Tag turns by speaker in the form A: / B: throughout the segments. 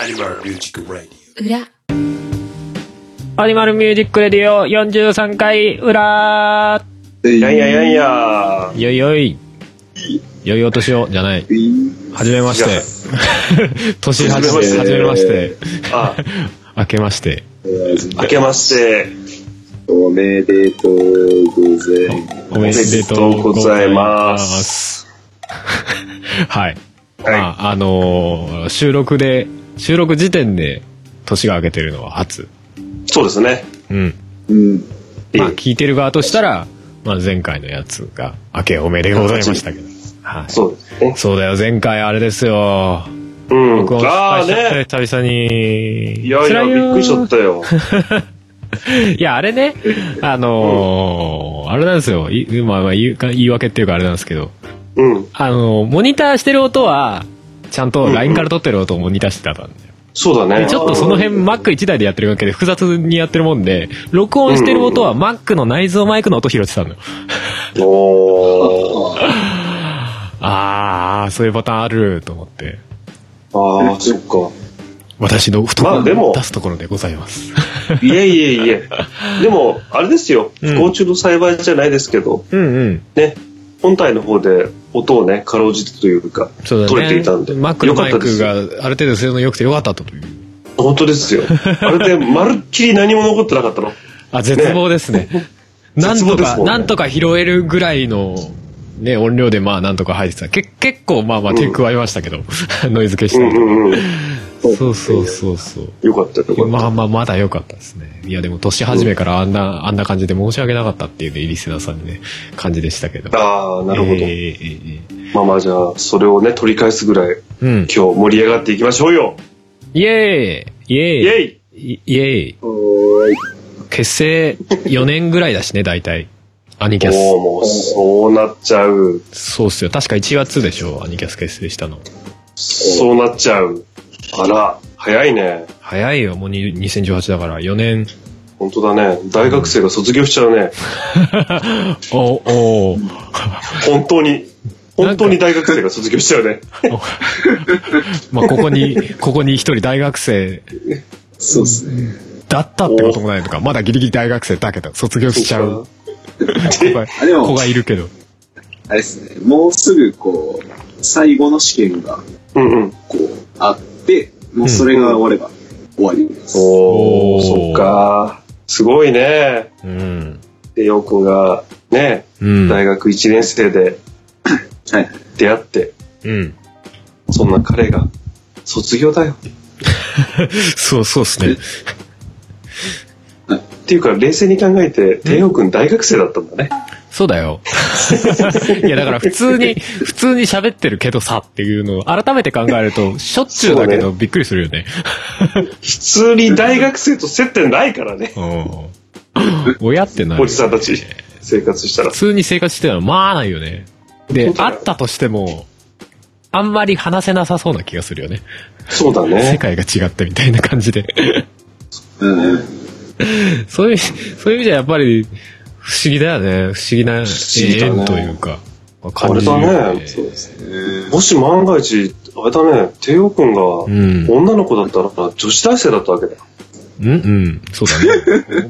A: アニマルミュージックラディ
B: 裏。
C: アニマルミュージックレディオ43回裏
D: い
E: いやいやいやいや
C: よいよい。よいお年を、じゃない。はじめま
E: いや
C: して。年はじ
E: はじ
C: はじめまして。
E: あ、
C: 明けまして。
E: 明けまして、
D: おめでとうございます。
C: おめでとうございます。はい。
E: はい
C: まあ、あのー収録で、収録時点で年が明けてるのは初。
E: そうですね。
C: うん。
D: うん。
C: まあ、
E: ええ
C: 聞いてる側としたら、まあ、前回のやつが明けおめでございましたけど。はい。
E: そうですね。
C: そうだよ、前回あれですよ。
E: うん
C: 僕
E: あ
C: は。
E: あね。
C: 久々に。
E: いやいや、
C: 辛
E: びっくりしちゃった よ。
C: いや、あれね、あのーあれなんですよ。いまあまあ言う言い訳っていうかあれなんですけど、
E: うん。
C: あのーモニターしてる音は、ちゃんと LINE から撮ってる音をモニターしてたんだよ。
E: そうだね。
C: でちょっとその辺 Mac1 台でやってるわけで複雑にやってるもんで、録音してる音は Mac の内蔵マイクの音拾ってたのよ。
E: おー。
C: あー、そういうパターンあると思って。
E: あ あ、そっか。
C: 私の懐
E: まあで
C: を
E: も
C: 出すところでございます。
E: いえいえいえ。でも、あれですよ。
C: うん
E: 不幸中の栽培じゃないですけど、
C: うんうん。
E: ね。本体の方で音をね、かろうじてというか、
C: そうだね。
E: 取れていたんで。
C: Mac
E: よ
C: の
E: か
C: マ
E: っ
C: イ
E: たで
C: ク
E: す
C: があ
E: よ。
C: る程度性能良くて良かったという。
E: 本当ですよ。あれで、まるっきり何も残ってなかったの。
C: あ、絶望ですね。な ん
E: 絶
C: と
E: 望で
C: か、
E: すもんね
C: なんとか拾えるぐらいの、ね、音量でまあなんとか入ってた。け結構まあまあ手加えましたけど、 ノイズ消し
E: う
C: た
E: ん
C: りとか
E: うんうん。
C: そうそうそうそう。
E: よかったよかった。
C: まあまあまだ良かったですね。いやでも年始めからあんな、あんな感じで申し訳なかったっていうね、リスナーさんにね、感じでしたけど。
E: ああ、なるほど。
C: ええええええ
E: まあまあじゃあ、それをね、取り返すぐらい、
C: う
E: 今。
C: ん
E: 日盛り上がっていきましょうよ
C: イェーイイ
E: イ
C: ェ
E: ェ
C: ー
E: イ
C: イイイェーイ
D: おーい。
C: 結成4年ぐらいだしね、大体。アニキャ
E: もう、
C: ス。
E: もう、そうなっちゃう。
C: そうっすよ。確か1月でしょ、アニキャス結成したの。
E: そうなっちゃう。あら、早いね。
C: 早いよ、もうに2018だから、4年。
E: 本当だね。大学生が卒業しちゃうね。
C: お、お、
E: 本当に。本当に大学生が卒業しちゃうね。
C: まあ、ここに、ここに一人大学生
D: そうですね。
C: だったってこともないのか、まだギリギリ大学生だけど、卒業しちゃう 子が
D: でも
C: 子がいるけど。
D: あれですね。もうすぐこう、最後の試験が
E: うんうん。
D: こう、あって、もうそれが終われば終わりです。
E: お
C: お
E: おそ
C: ー
E: っか。すごいね。
C: うん。
E: で、ようくんが、ね、
C: うん。
E: 大学1年生で
D: はい。
E: 出会って、
C: うん。
E: そんな彼が卒業だよ。
C: そうそうっすね。
E: っていうか、冷静に考えて、天陽くん大学生だったんだね。
C: そうだ よ。いや、だから普通に、普通に喋ってるけどさっていうのを改めて考えると、しょっちゅうだけどびっくりするよね。
E: 普通に大学生と接点ないからね。
C: うん。親ってなる
E: おじさんたち、生活したら
C: 普。通に生活してたらまあないよね。で
E: 本、当だ
C: あ
E: よ
C: ったとしても、あんまり話せなさそうな気がするよね。
E: そうだ
C: 世
E: ね。
C: 界が違ったみたいな感じで。
D: うん。
C: そういう、そういう意味じゃやっぱり不思議だよね。不思議な
E: 議だね
C: 縁というか、
E: あれだ
C: よ
E: ね。
D: そうですね。
E: もし万が一、あれだね、帝王くんが
C: ん
E: 女の子だったら女子大生だったわけだ。
C: うんうん。そう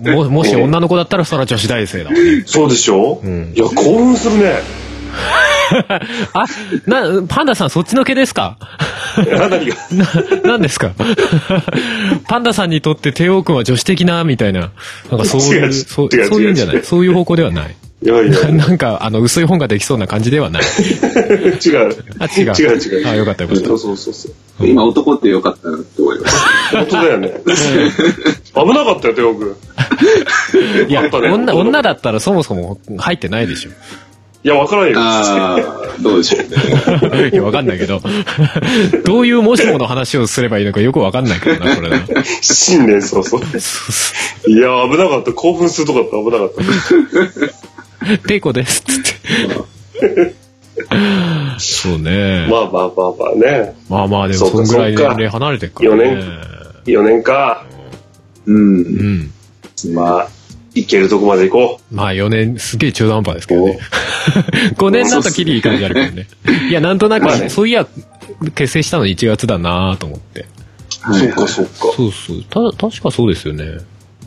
C: だね。ももし女の子だったらそら女子大生だもんね。
E: そうでしょ
C: うん
E: いや、興奮する ね。
C: あ、な、パンダさんそっちのけですか
E: いや何が。
C: な、なんですかパンダさんにとって帝王君は女子的な、みたいな。なんかそうい
E: 違
C: う、
E: う
C: そう
E: 違う
C: そういうんじゃな
E: 違う違
C: いうそういう方向ではない。
E: いやい や、
C: なんか、あの、薄い本ができそうな感じではない。
E: 違う。
C: あ、違う。
E: 違う違う。
C: あ、よかったよかっ
E: そうそうそうそう。
D: 今男ってよかったなって思い ました。
E: 本当だよね。危なかったよ、帝王くん。
C: た。いや、
E: よかったね
C: 女、女だったらそもそも入ってないでしょ。
E: いや、わからんよ。
D: ああ、どうでしょうね。
C: いや、わかんないけど。どういうもしもの話をすればいいのかよくわかんないけどな、これな。
E: 新年そうそう。
C: そうそ
E: いや、危なかった。興奮するとこだった。危なかった。
C: うテイコです、つって。そうね。
E: まあまあまあまあね。
C: まあまあ、でも
E: そう
C: そ
E: か
C: んぐら
E: そ
C: い年
E: うか
C: 齢離れてるから
E: 四
C: ね。
E: 4年か。
D: うん。
C: うん。
E: まあ、いけるとこまで行こ
C: まあ4年、すげえ中途半端ですけどね。5 年だときりいい感じあるけどね。いや、なんとな
E: まあね
C: く、そういや、結成したの1月だなぁと思って。
E: う。
D: はい
E: そうか、そうか。
C: そうそう。ただ、確かそうですよね。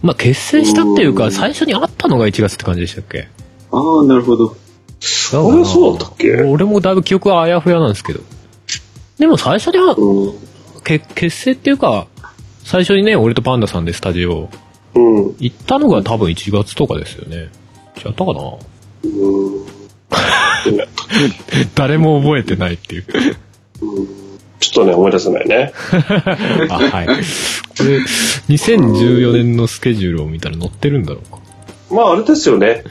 C: まあ、結成したっていう
D: う
C: か、
D: ん
C: 最初に会ったのが1月って感じでしたっけ
D: ああ、なるほど。
C: だ
E: あれそうだったっけ
C: 俺もだいぶ記憶はあやふやなんですけど。でも最初には、
D: うん。
C: け結成っていうか、最初にね、俺とパンダさんでスタジオ
E: うん。
C: 行ったのが多分1月とかですよね。違ったかな
D: うん。
C: 誰も覚えてないっ ていう。
E: ちょっとね、思い出せないね。
C: あ、はい。これ、2014年のスケジュールを見たら載ってるんだろうか。
E: まあ、あれですよね。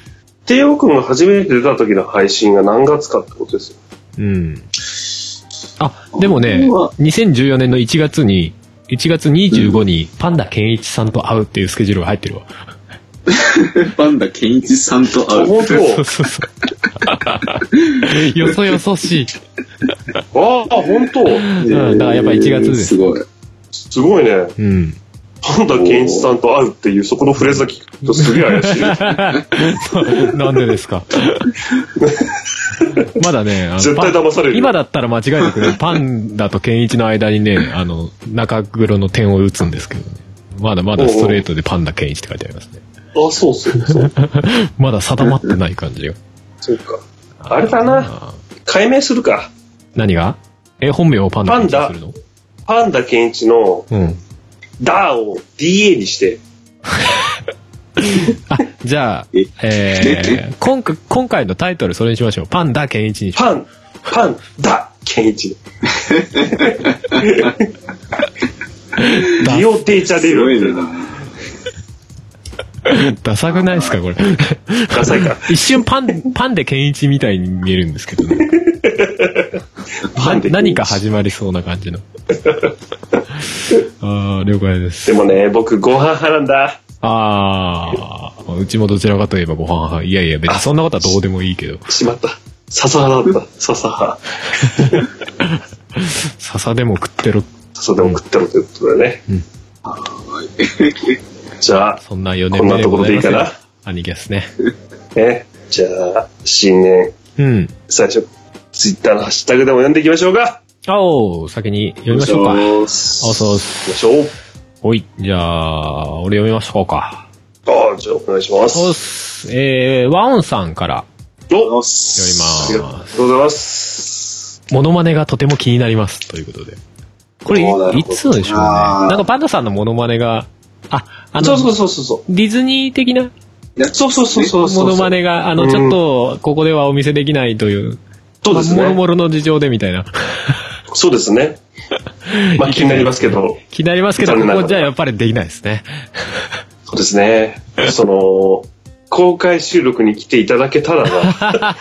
E: 帝王君が初めて出た時の配信が何月かってことですよ。
C: うん。あ、でもね、
D: うわ
C: 2014年の1月に、1月25にパンダケンイチさんと会うっていうスケジュールが入って るわ。
D: パンダケンイチさんと会う
E: 本。
C: そうそうそう。よそよそしい。
E: 当ああ、本当
C: うんだからやっぱ1月です
D: すごい。
E: すごいね。
C: うん。
E: パンダケンイチさんと会うっていう、そこのフレーズだけ聞くとすげえ怪しい。
C: そう なんでですか。まだね、あの
E: 絶対騙される
C: パン今だったら間違え てくれる。パンダとケンイチの間にね、あの、中黒の点を打つんですけどね。まだまだストレートでパンダケンイチって書いてありますね。
E: あ、そうそうそう。
C: まだ定まってない感じよ。
E: そうか。あれだな。
C: あー
E: 解明するか。
C: 何がえ、本名をパンダケンイチにするの
E: パンダケンイチの
C: うん。
E: ダーを DA にして、
C: あ、じゃあ、
D: え
C: えー、今回、今回のタイトルそれにしましょう。パンダケンイチにしましょ
E: パン、パンダケンイチ。
C: う。ダ
E: リオデーチャデ
D: すご
E: ル。
D: いな。
C: ダサくないです かこれ。
E: ダサいか。
C: 一瞬パン、パンでケンイチみたいに見えるんですけどね。
E: パンでケンイチ
C: 何か始まりそうな感じの。ああ、了解です
E: で。もね、僕、ご飯派なんだ。
C: ああ、うちもどちらかといえばご飯派。いやいや、別にそんなことはどうでもいいけど。
E: しまった。笹派だった。笹派。
C: 笹でも食ってろ。
E: 笹でも食ってろということでね。じゃあ、
C: そんな4年
E: こんな
C: 目でございますよ
E: ところでいいか。
C: アニキャスね。
E: ね、じゃあ、新年、
C: うん。
E: 最初、ツイッターのハッシュタグでも読んでいきましょうか。
C: あおう、先に読みましょうか。
D: お
C: あそう
E: 行
C: っ
E: きましょう。
C: おい、じゃあ、俺読みましょうか。
E: ああ、じゃあ、お願いします。
C: おっす。えー、ワオンさんから
E: お
D: お
E: あ
C: 読み
D: っす。
E: りが
C: ます。
E: とうございます。
C: モノマネがとても気になります。ということで。これ、い
D: あーなる
C: い
D: ほど
C: つのでしょうね。
D: あ
C: な
D: ー
C: んかパンダさんのモノマネが、あ、あ
E: そ
C: の
E: う、そうそうそう。
C: ディズニー的な
E: そうそうそうそうそ
C: モ
E: う。
C: ノマネが、あ
E: う
C: の、
E: ん
C: ちょっと、ここではお見せできないという、
E: そうです
C: もろ
E: ね。
C: もろの事情でみたいな。
E: そうですね。まあ気になりますけど、
C: 気になりますけど、
E: 残
C: こ
E: 念ながら
C: こじゃやっぱりできないですね。
E: そうですね。その、公開収録に来ていただけたらな。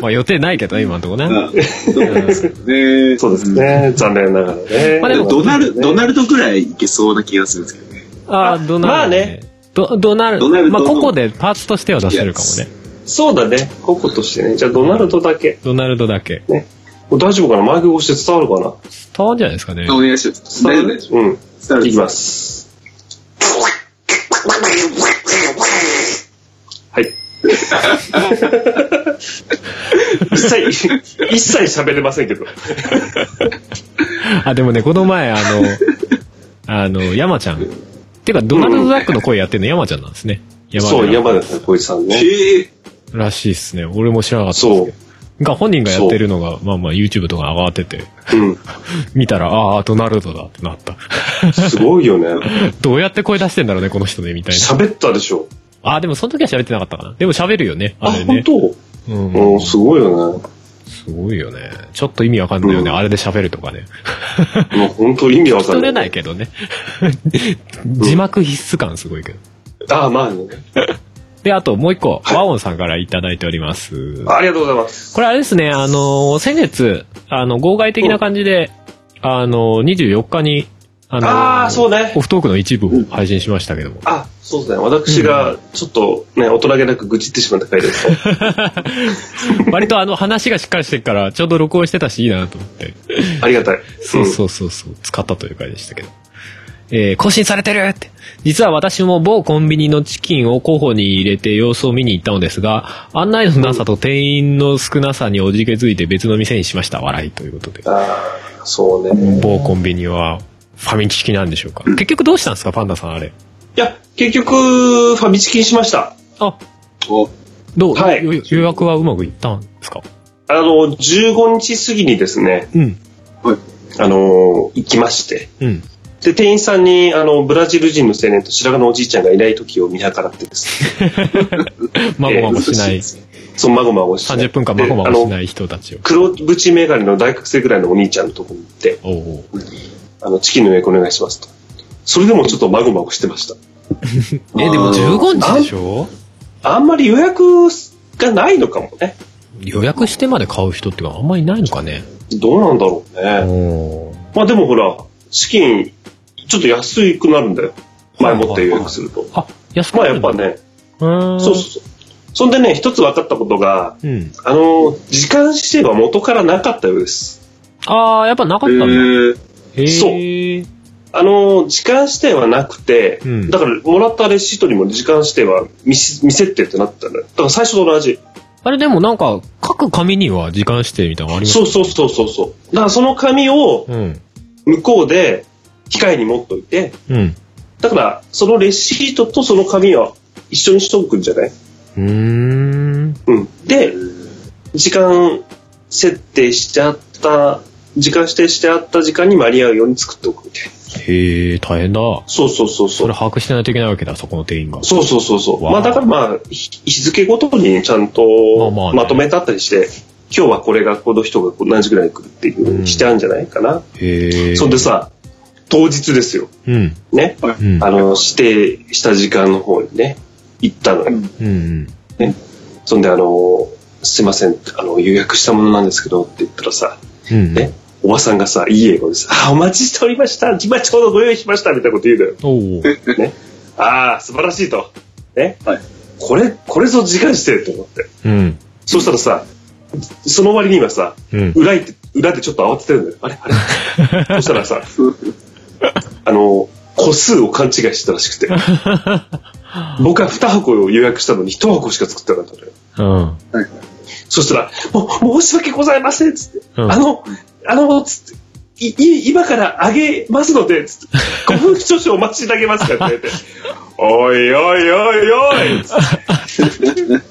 C: まあ予定ないけど、今のとこね。
D: うんね
E: そうです。ね。残念ながらね。
C: まあ
D: で
C: で
D: も、
C: も
D: ドナル、ドナルドぐらいいけそうな気がするんですけどね。
C: あー、ドナルド。
E: まあね。
C: ど、ドナル
D: ドナル
C: ま
D: ド
C: あ、
D: の
C: ここでパーツとしては出せるかもね。
E: そうだね。個々としてね。じゃあ、ドナルドだけ。
C: ドナルドだけ。
E: ね。もう大丈夫かなマイク越しで伝わるか
C: 伝わんじゃないですかね。
D: お願いします。
E: な
D: 大丈夫
E: ね
D: でしょ
E: うん。
D: 伝わる
E: いきます。はい。 一切、一切喋れませんけど。
C: あ、でもね、この前、あの、あの、山ちゃん。てか、ドナルドダックの声やってるの山ちゃんなんですね。山
E: そう、
C: ちゃん
E: 山田孝一さんね。
D: へえ。
C: らしいっすね。俺も知らなかったです
E: そ
C: けど。が本人がやってるのが、まあまあ YouTube とか上がってて、
E: う。うん。
C: 見たら、ああ、ドナルドだってなった。
E: すごいよ ね。
C: どうやって声出してんだろうね、この人ね、みたいな。
E: 喋ったでしょ。
C: ああ、でもその時は喋ってなかったかな。でも喋るよね、
E: あ、
C: あれ
E: 本
C: ね。
E: 当
C: うん
E: うん、すごい よね。
C: すごいよね。ちょっと意味わかんないよね、
E: うん
C: あれで喋るとかね。
E: もう本当意味わかんな
C: 取れ
E: い。
C: ないけどね。字幕必須感すごいけど。
E: あ、まあね。
C: で、あともう一個、和音さんからいただいております。
E: ありがとうございます。
C: これあれですね、あの、先月、あの、号外的な感じで、あの、24日に、あの、
E: ああ、そうね
C: オ。フトークの一部を配信しましたけども。
E: あ、そうですね。私が、ちょっとね、大人げなく愚痴ってしまった回です。
C: 割とあの、話がしっかりしてるから、ちょうど録音してたしいいなと思って。
E: ありがたい。
C: そうそうそうそう、使ったという回でしたけど。えー、更新されてるって。実は私も某コンビニのチキンを候補に入れて様子を見に行ったのですが、案内のなさと店員の少なさにおじけづいて別の店にしました。笑いということで
E: うん。。ああ、そうね。
C: 某コンビニはファミチキなんでしょうか。結局どうしたんですか、パンダさんあれ。
E: いや、結局、ファミチキにしました。
C: あ、
D: お、
C: どう、
E: はい
C: よ予約はうまくいったんですか
E: あの、15日過ぎにですね、
C: うん。
D: はい。
E: あの、行きまして、
C: うん。
E: で、店員さんに、あの、ブラジル人の青年と白髪のおじいちゃんがいない時を見計らってですね、
C: まごまごしない。
E: そのまごまごして、。
C: 30分間まごまごしないい人たちを。
E: 黒縁メガネの大学生ぐらいのお兄ちゃんのとこに行って、
C: おうおう
E: あの、チキンの予約お願いしますと。それでもちょっとまごまごしてました。
C: え、でも15日でしょ
E: あんまり予約がないのかもね。
C: 予約してまで買う人ってかあんまりいないのかね。
E: どうなんだろうね。
C: おー
E: まあでもほら、チキン、ちょっと安くなるんだよ。前もって予約すると。
C: あ、安く
E: まあ
C: な
E: や
C: る
E: っ
C: んだ
E: ぱ。ね、
C: うーん。
E: そうそうそう。そんでね、一つ分かったことが、
C: うん。
E: あの、時間指定は元からなかったようです。
C: ああ、やっぱなか
D: え
C: ったんだ。
D: ー、
C: へえ。
E: そうあの、時間指定はなくて、
C: うん
E: だからもらったレシートにも時間指定は未し未設定ってなってたのよ。だから最初と同じ。
C: あれでもなんか、各紙には時間指定みたいなのあります
E: そうそうそうそうそう。だからその紙を
C: う。うん。
E: 向こうで控えに持っといて、
C: うん。
E: だから、そのレシートとその紙は一緒にしとくんじゃないう
C: ーん。
E: うん。で、時間設定してあった、時間指定してあった時間に間に合うように作っておくみたいな。
C: へえ、大変だ。
E: そうそうそうそ
C: そうれ。把握してないといけないわけだ、そこの店員が。
E: そうそうそうそう。
C: わあ
E: まあだからまあ、日日付ごとにちゃん
C: まあ
E: と
C: まあね
E: まとめてあったりして、今日はこれが、この人が何時ぐらいに来るっていうふうにしてあるんじゃないかな。
C: へえ。
E: そんでさ、当日ですよ。
C: うん。
E: ね。
D: はい
C: うん。
E: あの、指定した時間の方にね、行ったのよ。
C: うんうん。
E: そんで、あの、すいません、あの、予約したものなんですけどって言ったらさ、
C: うん。
E: ね、おばさんがさ、いい英語でさ、あ、お待ちしておりました、今ちょうどご用意しました、みたいなこと言うのよ。
C: おお。
E: ああ、素晴らしいと。ね、
D: はい
E: これ、これぞ時間指定と思って。
C: うん。
E: そうしたらさ、その割にはさ、
C: うん。
E: 裏で、裏でちょっと慌ててるんだよ。あれあ れそしたらさ、あの、個数を勘違いしてたらし くて。僕は2箱を予約したのに1箱しか作ってなかったのよ。
C: うん。
D: はい。
E: そしたら、も申し訳ございませんっつって、
C: うん
E: あの、あの、つって、いい今からあげますので、つって、ご夫婦少々お待ちいただけますかって言って、お いおいおいおいつって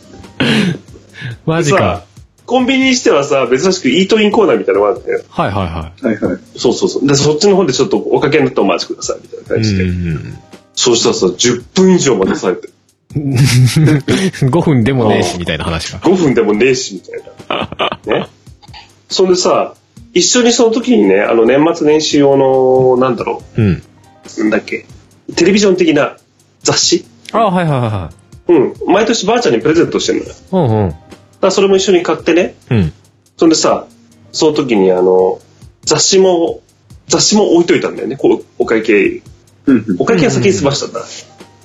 C: マジ
E: さ
C: か。、
E: コンビニにしてはさ、珍しくイートインコーナーみたいなのがあるんだよ。
C: はいはいは
D: はいはい。
E: そうそうそう。で、そっちの方でちょっとおかけになってお待ちください、みたいな感
C: い。
E: じで。
C: うん。
E: そうしたらさ、10分以上待たされて、
C: 5分でもねえし、みたいな話が。
E: 5分でもねえし、みたい な。ね。そんでさ、一緒にその時にね、あの年末年始用の、なんだろう、
C: うん。
E: なんだっけ、テレビジョン的な雑誌
C: ああ、はいはいはいはい。
E: うん。毎年ばあちゃんにプレゼントしてるのよ。だか
C: うんうん。
E: らそれも一緒に買ってね。
C: うん。
E: そんでさ、その時にあの、雑誌も、雑誌も置いといたんだよね。こう、お会計。
D: うんうん
E: お会計は先に済ましたんだ。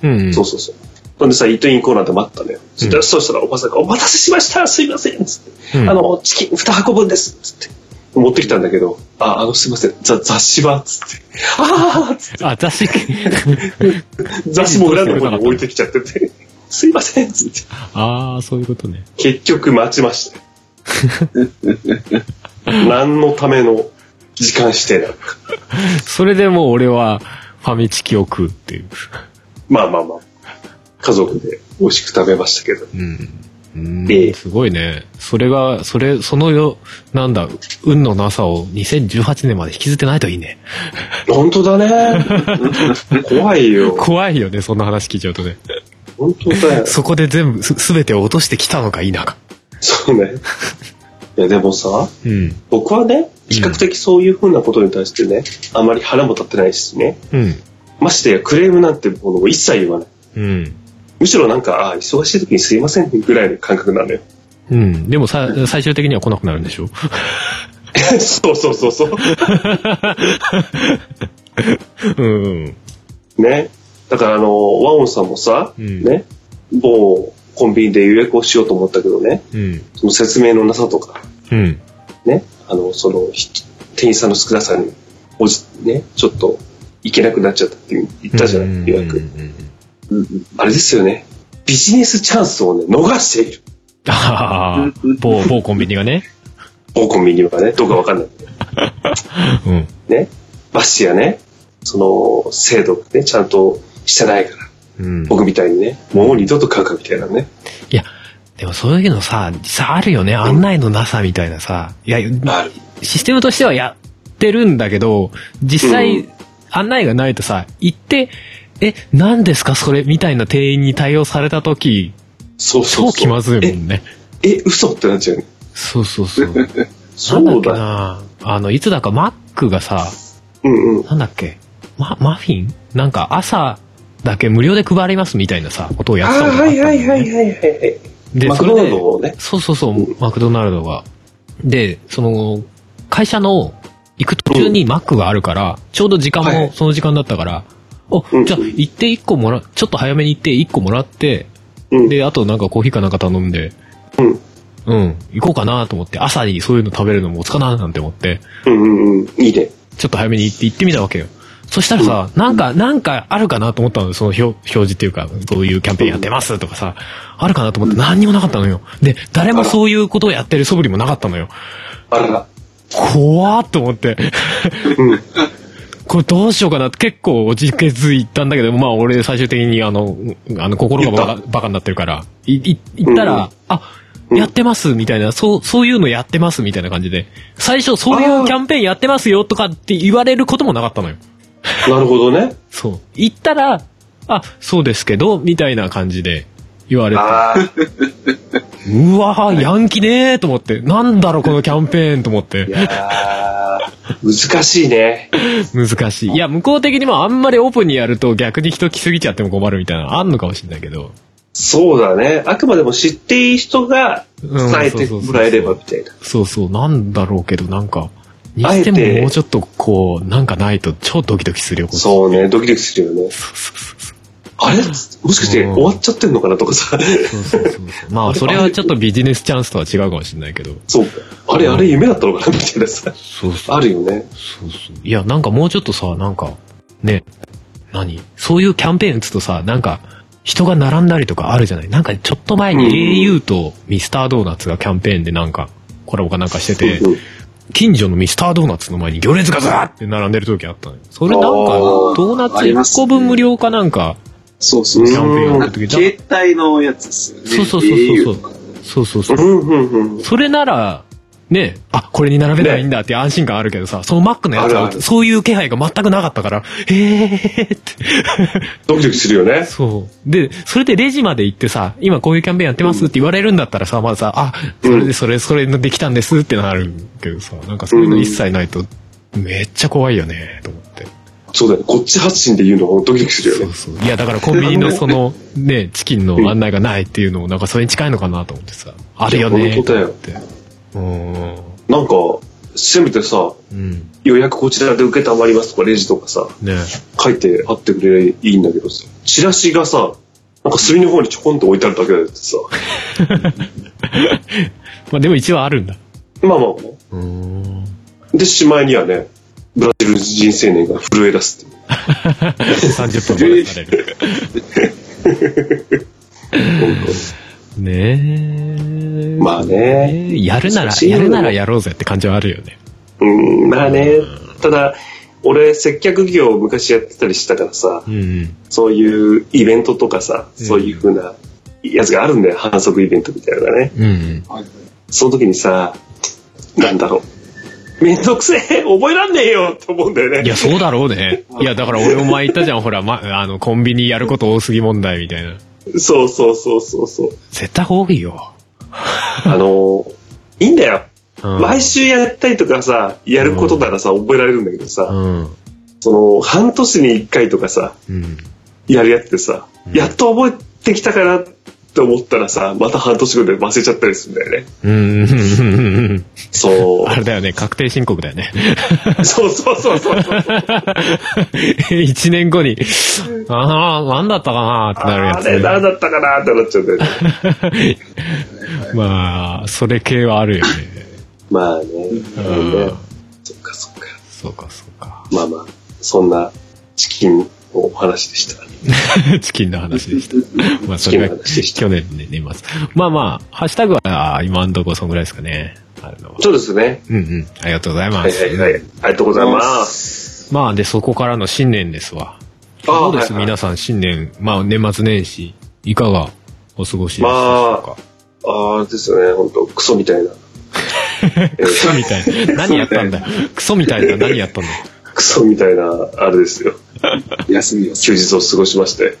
C: うんうん。
E: そうそうそう。そんでさ、イートインコーナーで待ったのよ。そしたら、そうしたらおばさんが、お待たせしましたすいませんつって、
C: うん
E: あの、チキン2箱分ですつって。持ってきたんだけど、あ、あの、すいません、ざ雑誌はつって。ああ つって。
C: あ、雑誌。
E: 雑誌も裏の方に置いてきちゃってて。すいませんつって。
C: ああ、そういうことね。
E: 結局待ちま した。何のための時間指定なのか。
C: それでもう俺は、ファミチキを食うっていう。
E: まあまあまあ。家族で美味しく食べましたけど。
C: うん。う
E: え
C: ん、
E: え
C: すごいね。それが、それ、そのよ、なんだ、運のなさを2018年まで引きずってないといいね。
E: 本当だ ね。怖いよ。
C: 怖いよね、そんな話聞いちゃうとね。
E: 本当だよ。
C: そこで全部、す、すべてを落としてきたのか否か。
E: そう ね。いやでもさ、
C: うん。
E: 僕はね、比較的そういうふうなことに対してね、あまり腹も立ってないしね。
C: うん。
E: ましてやクレームなんてものを一切言わない。
C: うん。
E: むしろなんか、あ忙しい時にすいませんぐらいの感覚なのよ。
C: うん。でもさ、最終的には来なくなるんでしょ
E: そうそうそうそう。
C: うんうん。
E: ね。だからあの、ワオンさんもさ、
C: うん
E: ね、某コンビニで予約をしようと思ったけどね、
C: うん。
E: その説明のなさとか、
C: うん。
E: ね、あの、その、ひ店員さんの少なさに、おじ、ね、ちょっと、行けなくなっちゃったっていう言ったじゃない、予
C: うん
E: 約。
C: うんうんうん。
D: うんうん
E: あれですよね。ビジネスチャンスをね、逃している。
C: ああ、某、某コンビニがね。
E: 某コンビニはね、どうかわかんないけど。
C: うん。
E: ね。ましてやね、その、制度がね、ちゃんとしてないから。
C: うん。
E: 僕みたいにね、もう二度と買うかみたいなね。
C: いや、でもそういうのさ、実際あるよね。案内のなさみたいなさ。いや、
E: ある。
C: システムとしてはやってるんだけど、実
E: う
C: 際
E: ん、
C: 案内がないとさ、行って、え、何ですかそれみたいな店員に対応された時、
E: そうそうそう。
C: 超気まずいもんね。
E: え、え、嘘ってなっちゃうね。
C: そうそうそう。
E: そ
C: なんだっ
E: う
C: け
E: だ。
C: なあの、いつだかマックがさ、
E: うんうん。
C: なんだっけマ、マフィンなんか朝だけ無料で配りますみたいなさ、ことをや
E: あ
C: ってたの
E: ー
C: が
E: は
C: あったん
E: い
C: だよ
E: は
C: ね
E: いはいはいはい。
C: で、
E: マ
C: そ
E: ク
C: れ
E: ドナル
C: で、
E: ドをね。
C: そうそうそう、マクドナルドが。で、その、会社の行く途中にマックがあるから、ちょうど時間
E: は
C: も
E: い
C: その時間だったから、お
E: うんう、ん
C: じゃあ行って1個もら、ちょっと早めに行って1個もらって、
E: うん。
C: で、あとなんかコーヒーかなんか頼んで、
E: うん。
C: うん、行こうかなと思って、朝にそういうの食べるのもおつかななんて思って、
E: うんうんうん。いいね。
C: ちょっと早めに行って行ってみたわけよ。そしたらさ、なんか、なんかあるかなと思ったのよ。その表、表示っていうか、こういうキャンペーンやってますとかさ、あるかなと思って何にもなかったのよ。で、誰もそういうことをやってる素振りもなかったのよ。
E: あらら。
C: 怖ーっと思って。
E: うん。
C: これどうしようかなって結構おじけづいたんだけど、まあ俺最終的にあの、あの心がバカ
E: 言
C: バカになってるから、い、い、行ったら、
E: うんう
C: あ、
E: ん
C: やってますみたいな、そう、そういうのやってますみたいな感じで、最初そういうキャンペーンやってますよとかって言われることもなかったのよ。
E: なるほど ね。
C: そう。行ったら、あ、そうですけど、みたいな感じで言われて、
E: ああ。
C: うわぁ、ヤンキーねーと思って、なんだろうこのキャンペーンと思っ
E: い
C: て、
E: やー難しいね。
C: 難しい。いや、向こう的にもあんまりオープンにやると逆に人来すぎちゃっても困るみたいなのあんのかもしれないけど、
E: そうだね。あくまでも知っていい人が
C: うん
E: 伝えてもらえればみたいな。
C: そうそう、なんだろうけど、なんか、にして
E: あえ
C: も
E: て
C: もうちょっとこう、なんかないと超ドキドキするよ、こっち
E: そうね、ドキドキするよね。
C: そうそうそう
E: あれもしかして
C: うん
E: 終わっちゃってんのかなとかさ。
C: そうそうそうそう。まあ、それはちょっとビジネスチャンスとは違うかもしれないけど。
E: そうか。あれ、あれ夢だったのかなみたいなさ。
C: そうそう。
E: あるよね。
C: そうそう。いや、なんかもうちょっとさ、なんか、ね、何そういうキャンペーン打つとさ、なんか、人が並んだりとかあるじゃないなんかちょっと前に
E: うん
C: au とミスタードーナツがキャンペーンでなんか、コラボかなんかしてて、
E: うん
C: 近所のミスタードーナツの前に行列がずらって並んでる時あったのよ。それなんか、
E: あ
C: ド
E: ー
C: ーナツ1個分無料かなんか、
D: そうそう
C: キャ
D: そ
C: ンペーンを
D: う。な
C: や
D: ん
C: る
D: か
C: 時だ
D: 携帯のやつですよね。
C: そうそうそうそう
D: au
C: そうそうそうう。
E: んうんうん。
C: それなら、ねあ、これに並べないんだっていう安心感あるけどさ、そのマックのやつ
E: ある
C: は
E: あ、る
C: そういう気配が全くなかったから、えーって。
E: ドキドキするよね。
C: そう。で、それでレジまで行ってさ、今こういうキャンペーンやってますって言われるんだったらさ、まずさ、あ、それ
E: う
C: で
E: ん
C: それ、それできたんですってなるけどさ、なんかそういうの一切ないと、めっちゃ怖いよね、と思って。
E: そうだよね。こっち発信で言うのもドキドキする
C: そ
E: よ
C: う
E: ね。
C: そう。いや、だからコンビニのその、ね、チキンの案内がないっていうのも、なんかそれに近いのかなと思ってさ、あるよ
E: いや
C: ね、
E: 本当
C: と
E: だ
C: 思っ
E: よ
C: て。うーん。
E: なんか、せめてさ、
C: うん。
E: 予約こちらで受けたまりますとか、レジとかさ、
C: ね
E: 書いてあってくれりゃいいんだけどさ、チラシがさ、なんか隅の方にちょこんと置いてあるだけだってさ、
C: まあでも一応あるんだ。
E: まあまあま
C: うー ん。
E: あ。で、しまいにはね、ブラジル人青年が震え出すっていう。
C: 30分待たされ る。ねえ。
E: まあね
C: えやるなら
E: 難、しいよ
C: やるならやろうぜって感じはあるよね。
E: うん、まあね、ただ、俺、接客業を昔やってたりしたからさ、
C: うん。
E: そういうイベントとかさ、
C: うん
E: そういう風なやつがあるんだよ、反則イベントみたいなのがね。
C: うん。
D: はい
E: その時にさ、なんだろう。めんどくせえ覚えらんねえよって思うんだよね。
C: いや、そうだろうね。いや、だから俺も前言ったじゃん、ほら、ま、あの、コンビニやること多すぎ問題みたいな。
E: そうそうそうそうそう。
C: 絶対多いよ。
E: あの、いいんだよ。
C: うん
E: 毎週やったりとかさ、やることならさ、覚えられるんだけど
C: う
E: さ、
C: ん。
E: その、半年に一回とかさ、
C: うん。
E: やるやつでさ、やっと覚えてきたかなって思ったらさ、また半年後で忘れちゃったりするんだよね。
C: うん。うん
E: そ
C: あれだよね、確定申告だよね。
E: う。 そうそうそう そうそう。
C: 一年後に、ああ、なんだったかなーってなるや
E: あ
C: つ、
E: れ、何だったかなってなっちゃうんだよね。
C: まあ、それ系はあるよね。
E: まあね。
C: うん
E: そっかそっか。
C: そうか、そうか。
E: まあまあ、そんなチキンのお話でした。
C: チキンの話 でした。まあ、それ
E: チキンの
C: が
E: 話でした
C: 去年で年末。まあまあ、ハッシュタグは今んとこそんぐらいですかね。あるのは。
E: そうですね。
C: うんうん。ありがとうござい
E: は
C: ま
E: い
C: す。
E: はいはい。ありがとうございます。
C: まあ、で、そこからの新年ですわ。
E: ああ
C: どうで
E: は
C: す、
E: いはい
C: 皆さん、新年、まあ、年末年始、いかがお過ごしでしたでしょうか、
E: ああですよね、本当クソみた いな。え
C: クソ
E: ー
C: みたいな。何やったんだよクソみたいな何やったんだよ
E: クソみたいな、あれですよ。
D: 休みをす
E: 休
D: る。
E: 日を過ごしまして。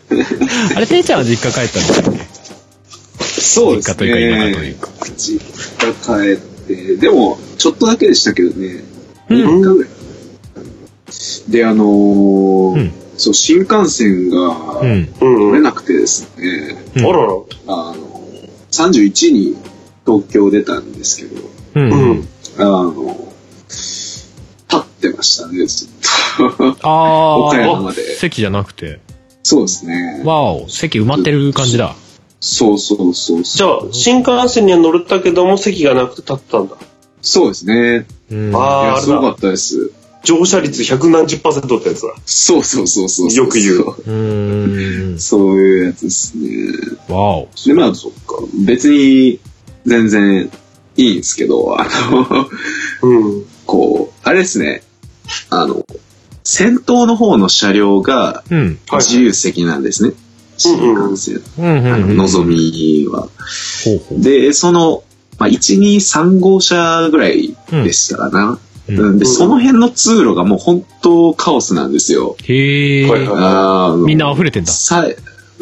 C: あれ、ていちゃんは実家帰ったんですよね。
D: そうで
C: 実
D: す
C: 家というか、今とい
D: ね
C: う。か。
D: 実家帰って、でも、ちょっとだけでしたけどね。
C: うん
D: 3日ぐらい。で、あのー
C: うん
D: そう、新幹線が
C: うん。
E: うん
D: 乗
E: う
D: れ
E: ん。あ
D: なくてですね、
C: うん
E: らら。
D: あの、31に東京出たんですけど、
C: うん。
E: うん。
D: あの、立ってましたね、ずっと。
C: あ
D: 岡山
C: あ
D: ま、で
C: 席じゃなくて。
D: そうですね。
C: わお、席埋まってる感じだ。
D: そうそうそう
E: じ
D: そ
E: ゃあ、
D: う。
E: 新幹線には乗れたけども、席がなくて立ってたんだ。
D: そうですね。
C: うん。
E: あーれ
D: いや、
E: だ
D: すごかったです。
E: 乗車率100何十パーセントってやつだ。
D: そうそうそうそう。
E: よく言う
C: うーん。
D: そういうやつですね。
C: わお。
D: で、まあ、そっか。別に、全然いいんですけど、あの、
E: うん。
D: こう、あれですね。あの、先頭の方の車両が
C: うん。
E: はい
D: 自由席なんですね。
E: うんうん
D: 新幹線。
C: うんうん
D: あ
C: う
D: の
C: ん。
D: のぞ。みは。
C: ほうほう。
D: で、その、まあ、1、2、3号車ぐらいでしたかな。
C: う
D: うん
C: ん。
D: で、
E: うん
D: その辺の通路がもう本当カオスなんですよ。
C: へ
E: はい
C: え
E: は。い
D: あー
C: みんな溢れてんだ。
D: さ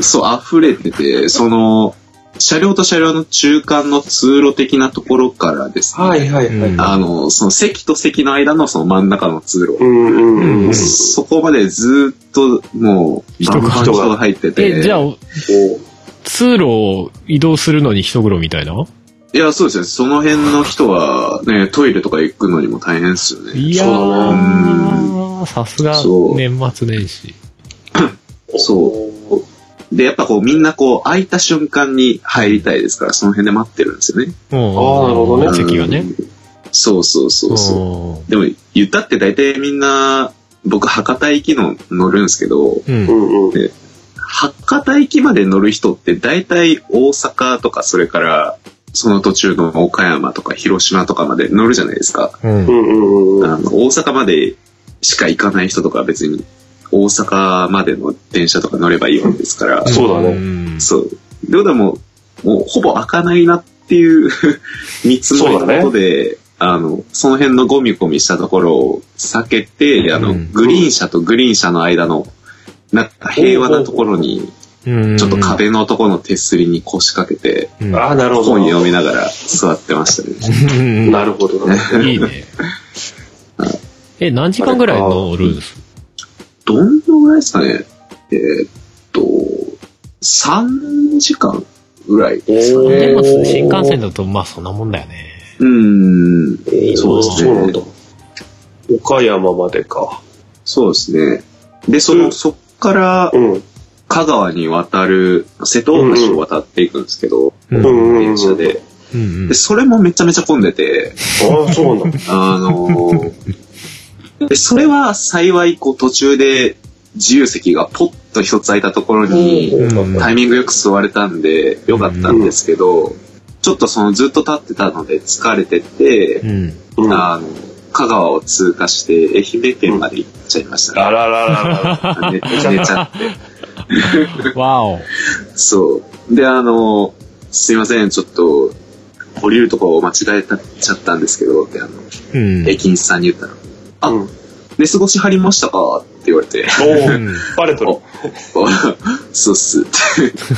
D: そう、溢れてて、その、車両と車両の中間の通路的なところからですね、
E: はいはいはい。
D: あの、その席と席の間のその真ん中の通路、
E: うんうんうんうん。
D: そこまでずっともう、
C: 人が
D: バンバン人が入ってて。
C: え、じゃあ、
E: お
C: 通路を移動するのに一苦労みたいない
D: や、そうですよ。その辺の人は、ね、トイレとか行くのにも大変ですよね。
C: いや
E: そうだ
C: ー、さすが
D: そう
C: 年末年始。
D: そで、やっぱこう、みんなこう、空いた瞬間に入りたいですから、その辺で待ってるんですよね。
C: うん
E: あーなるほどね
C: 席がね
D: う。ん。そうそうそうそう。でも、言ったって大体みんな、僕、博多行きの乗るんですけど、
C: うん。
E: う
C: う
E: んう
C: ん
E: ん。
D: 博多行きまで乗る人って大体大阪とか、それから、その途中の岡山とか広島とかまで乗るじゃないですか。
C: うん
E: う。んうんうん。
D: あの大阪までしか行かない人とか別に、大阪までの電車とか乗ればいいわけですから、
E: そうだね
C: ね
D: そう。ってことはもう、もうほぼ開かないなっていう 見積もりのことで、あの、その辺のゴミゴミしたところを避けて、あ
C: う
D: の、
C: ん
D: グリーン車とグリーン車の間の、なんか平和なところに、
C: うん
D: ちょっと。壁のところの手すりに腰掛けて、
C: うん
E: ああ、なるほど。
D: 本読みながら座ってましたね。
C: うん
E: なるほどね。
C: いいね。え、何時間ぐらい乗るんです
D: どんなぐらいですかねえーっと、3時間ぐらいですか
E: おー
D: ね。
C: でも新幹線だと、まあそんなもんだよね。
D: うん。そうですね。
E: そうなんだ。岡山までか。
D: そうですね。で、その、
E: うん
D: そっから
E: う、ん。
D: 香川に渡る、瀬戸大橋を渡っていくんですけど、
C: う
E: うん
C: ん。
E: うんうん。
D: 電車で。
C: うん
D: で、。それもめちゃめちゃ混んでて、
E: ああ、そうなんだ。
D: あの ーで、それは幸い、こう、途中で自由席がポッと一つ空いたところに、
C: うん
D: タイミングよく座れたんで、よかったんですけど、ちょっとその、ずっと立ってたので疲れてて、
C: うん。
E: うんあ
D: あの、香川を通過して、愛媛県まで行っちゃいましたね。
E: ららららら。
D: 寝寝ちゃって。
C: わお。
D: そう。で、あの、すいません、ちょっと、降りるとこを間違えたちゃったんですけど、って、あの、
C: うん。
D: 駅員さんに言ったら、あ
E: うん。お
D: 寝過ごし張りましたかって言われて、
E: ーバレとる。
D: そうっす って。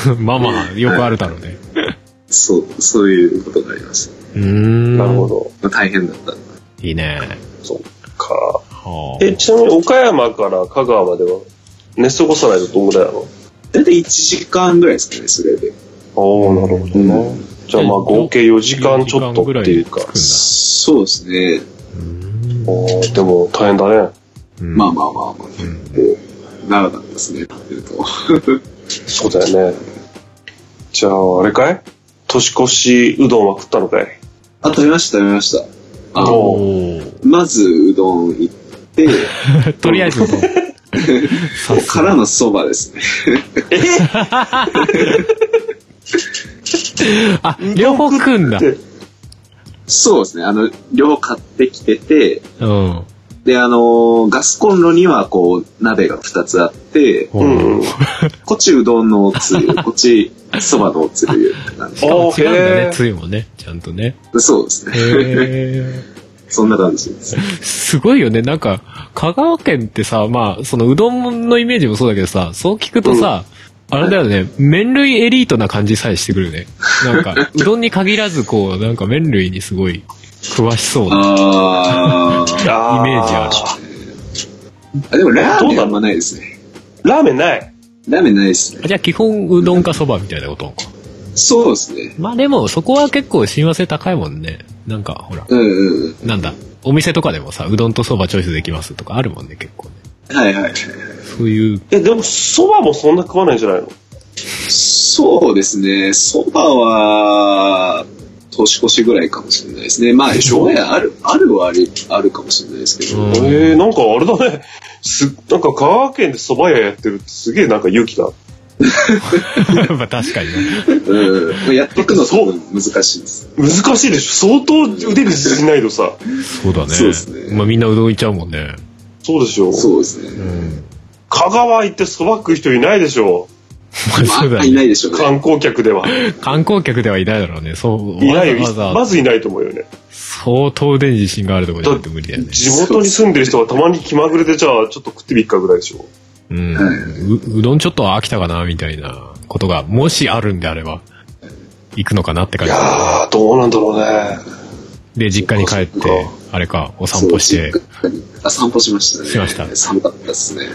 C: うんまあまあ、よくあるだろうね。
D: そう、そういうことがありまし
C: うーん。
E: なるほ。ど。
D: た。大変だった。
C: いいね。
E: そっか。
C: はあ
E: え、ちなみに岡山から香川までは寝過ごさないとどんぐらいなの
D: だいたい1時間ぐらいですかね、それで。
E: ああ、なるほど
D: う
E: ね。じゃあまあ合計4時間ちょっとっていうか
C: 四時間ぐらい。着
D: そうですね。
C: くんだ
E: おーでも大変だね。
C: うん
D: まあまあまあまあ、
C: うん
D: 長かったですね、立ってると。
E: そうだよね。じゃあ、あれかい年越しうどんは食ったのかい
D: あ、食べました、食べました。あの
E: お
C: おー
D: まずうどん行って、
C: とりあえず、
D: からのそばですね。
C: あ、両方食うんだ。
E: で
D: そうですね。あの、量買ってきてて、
C: うん。
D: で、あの、ガスコンロにはこう、鍋が2つあって、
C: ほう
E: うん。
D: こっちうどんのおつゆ、こっちそばのおつゆって感じ
C: し。かも違うんだ
E: へ
C: ね
E: ー、
C: つゆもね、ちゃんとね。
D: そうですね。
C: へー
D: そんな感じです。
C: すごいよね。なんか、香川県ってさ、まあ、そのうどんのイメージもそうだけどさ、そう聞くとさ、あれだよね、麺類エリートな感じさえしてくるね。な んか、うどんに限らず、こう、なんか麺類にすごい詳しそうな。
E: あ
D: あ
C: イメージあ
D: ーあ。でもラーメンあんまないですね。
E: る。ラーメンない。
D: ラーメンないですね。
C: じゃあ基本うどんかそばみたいなことなのか。
D: そうですね。
C: まあでも、そこは結構親和性高いもんね。なんか、ほら、
D: うんうんうん。
C: なんだ、お店とかでもさ、うどんとそばチョイスできますとかあるもんね、結構ね。
D: はいはいはい。
C: そういう、
E: え、でも、蕎麦もそんな食わないんじゃないの
D: そうですね。そばは、年越しぐらいかもしれないですね。まあ、
E: でしょ
D: ねある、あるはあり、あるかもしれないですけど。
C: うん
E: えー、なんかあれだね。す、なんか香川県で蕎麦屋やってるってすげえなんか勇気だ。
C: まあ確かにね。
D: うん。まあやっていくのは多分難しいです。
E: 難しいでしょ相当腕に自信ないとさ。
C: そうだね。
D: そうですね
C: まあみんなうどんいっちゃうもんね。
E: そうでしょ
D: そうですね。
C: うん。
E: 香川行って蕎麦食う人いないでしょ
C: まあそう
D: ま
C: だ
D: あ、
C: ね
D: い。ないでしょうね。
E: 観光客では。
C: 観光客ではいないだろうね。そう、
E: い
C: わ
E: な
C: ざ
E: いよ。
C: わざ
E: まずいないと思うよね。
C: 相当腕に自信があるところじゃないと無理だよね。
E: 地元に住んでる人はたまに気まぐれでじゃあちょっと食ってみっかぐらいでしょ。
C: うん。
D: はいう
C: うどんちょっと飽きたかな、みたいなことが、もしあるんであれば、行くのかなって
E: い
C: 感じ。
E: やー、どうなんだろうね。
C: で、実家に帰っ
D: そ
C: て
D: っ、
C: あれか、お散歩して
D: そう。、実家にあ、散歩しましたね。
C: しました
D: 寒かったですね。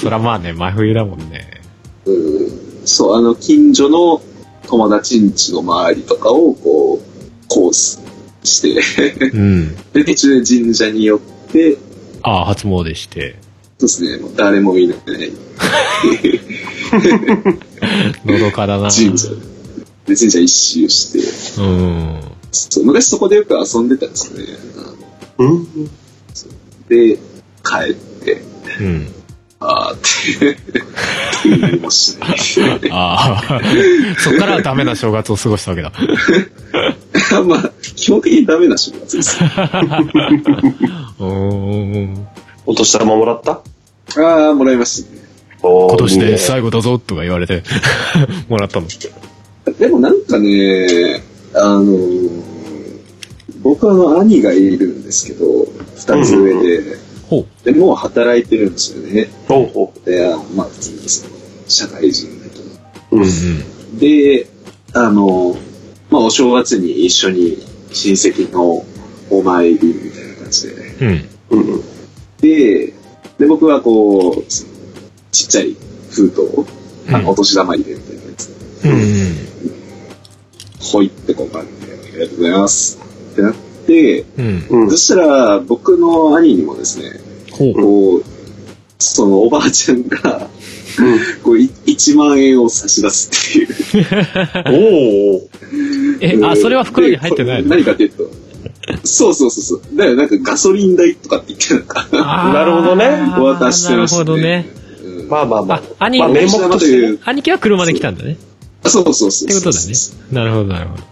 C: そらまあね、真冬だもんね。
D: うん。そう、あの、近所の友達ん家の周りとかを、こう、コースして、
C: うん。
D: で、途中で神社に寄って、そう
C: ああ、初詣して、
D: ですね、もう誰もいない
C: のどかだな。
D: 神社で。で神社一周して、
C: うん。
D: そう昔そこでよく遊んでたんですよね。
E: うん
D: で、帰って、
C: うん。
D: あーって、って言いましたね。
C: ああ、 そっからはダメな正月を過ごしたわけだ。
D: まあ、基本的にダメな仕事です。
C: うーん。
E: お年玉もらった
D: ああ、もらいましたね。
E: 今
C: 今年で最後だぞとか言われて もらったの。
D: でもなんかね、あのー僕はあの兄がいるんですけど、二つ上で、
C: ほう。
D: で、もう働いてるんですよね。
E: ほうほ
D: で、あのまあ、普通にその社会人だけ
E: う。
D: ど。
E: うん
D: で、あの、まあ、お正月に一緒に親戚のお参りみたいな感じで。
C: うん。うん。
E: うんうん。
D: で、で、僕はこう、そのちっちゃい封筒を、あ
C: うん
D: の、お年玉入れみたいなやつ。ほいってこう、バンで、ありがとうございます。ってなって、
C: うん。
E: うん
D: そ。したら、僕の兄にもですね、
C: ほう。
D: こう、そのおばあちゃんが、こう、い1万円を差し出すっていう。
E: おお。
C: え
D: う、ん
C: あ、それは袋に入ってない
D: で
C: の
D: 何かっていうと、そうそうそうそう。だからなんかガソリン代とかって言ってなんか、
C: あー
E: なるほどね
D: お渡ししてました、ね。
C: なるほどね。
D: うん。
E: まあまあま
C: あ
E: あ。、
C: 兄
E: まあ、
D: ね
E: 名
C: 貴、
E: 目として。
C: 兄貴は車で来たんだね。っ
D: そうそうそう。
C: てことだね。なるほど、なるほど。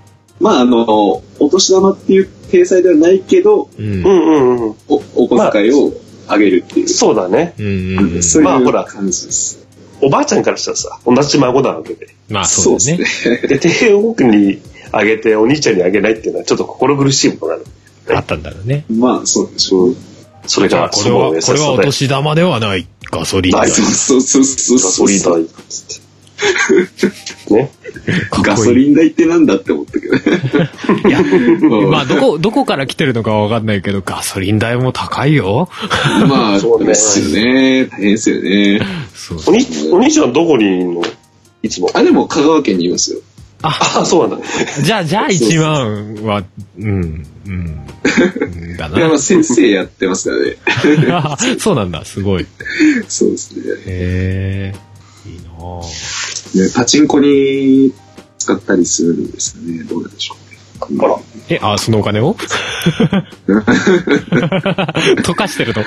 D: まああの、お年玉っていう体裁ではないけど、
E: う
C: う。
E: んんうんうん。
D: お、お小遣いをあげるっていう。
E: そうだね。
C: うんうんうん。
D: そうい
E: まあほ
D: う
E: ら
D: 感じです。
E: おばあちゃんからしたらさ、同じ孫なわけで。
C: まあ、そうだ
D: そう
C: ね
D: で。
E: で、帝王国にあげて、お兄ちゃんにあげないっていうのは、ちょっと心苦しいものなの。
C: あったんだろうね。
D: まあそうでしょう。
E: それ
C: じゃ
E: が
C: あ、、これは、これはお
E: で。
C: 年玉ではない。ガソリン
E: は
C: 代
E: い。
D: そうそうそうそ
E: ガソ
D: う
E: リン代。 ね。
C: かっこいい
D: ガソリン代ってなんだって思ったけどね。
C: いや、
D: うん
C: まあ、どこ、どこから来てるのかはわかんないけど、ガソリン代も高いよ。
D: まあ、
E: そ
D: そう
E: ね
D: うですよね。大変ですよね。
C: そう
E: お兄お兄ちゃんどこにいるのいつも。
D: あ、でも香川県にいますよ。
C: あ、
E: ああ、そうなんだ。
C: じゃあ、じゃあ
D: そうそう
C: 1万は、うん、うん、うんだ
D: い や、ま
C: な。
D: あ先生やってますからね。
C: そうなんだ、すごい。へ
D: そうですね。
C: え、いいなぁ
D: ねパチンコに使ったりするんですよね。どうなんでしょう。
E: ほら。
C: え、あ、そのお金を溶かしてると。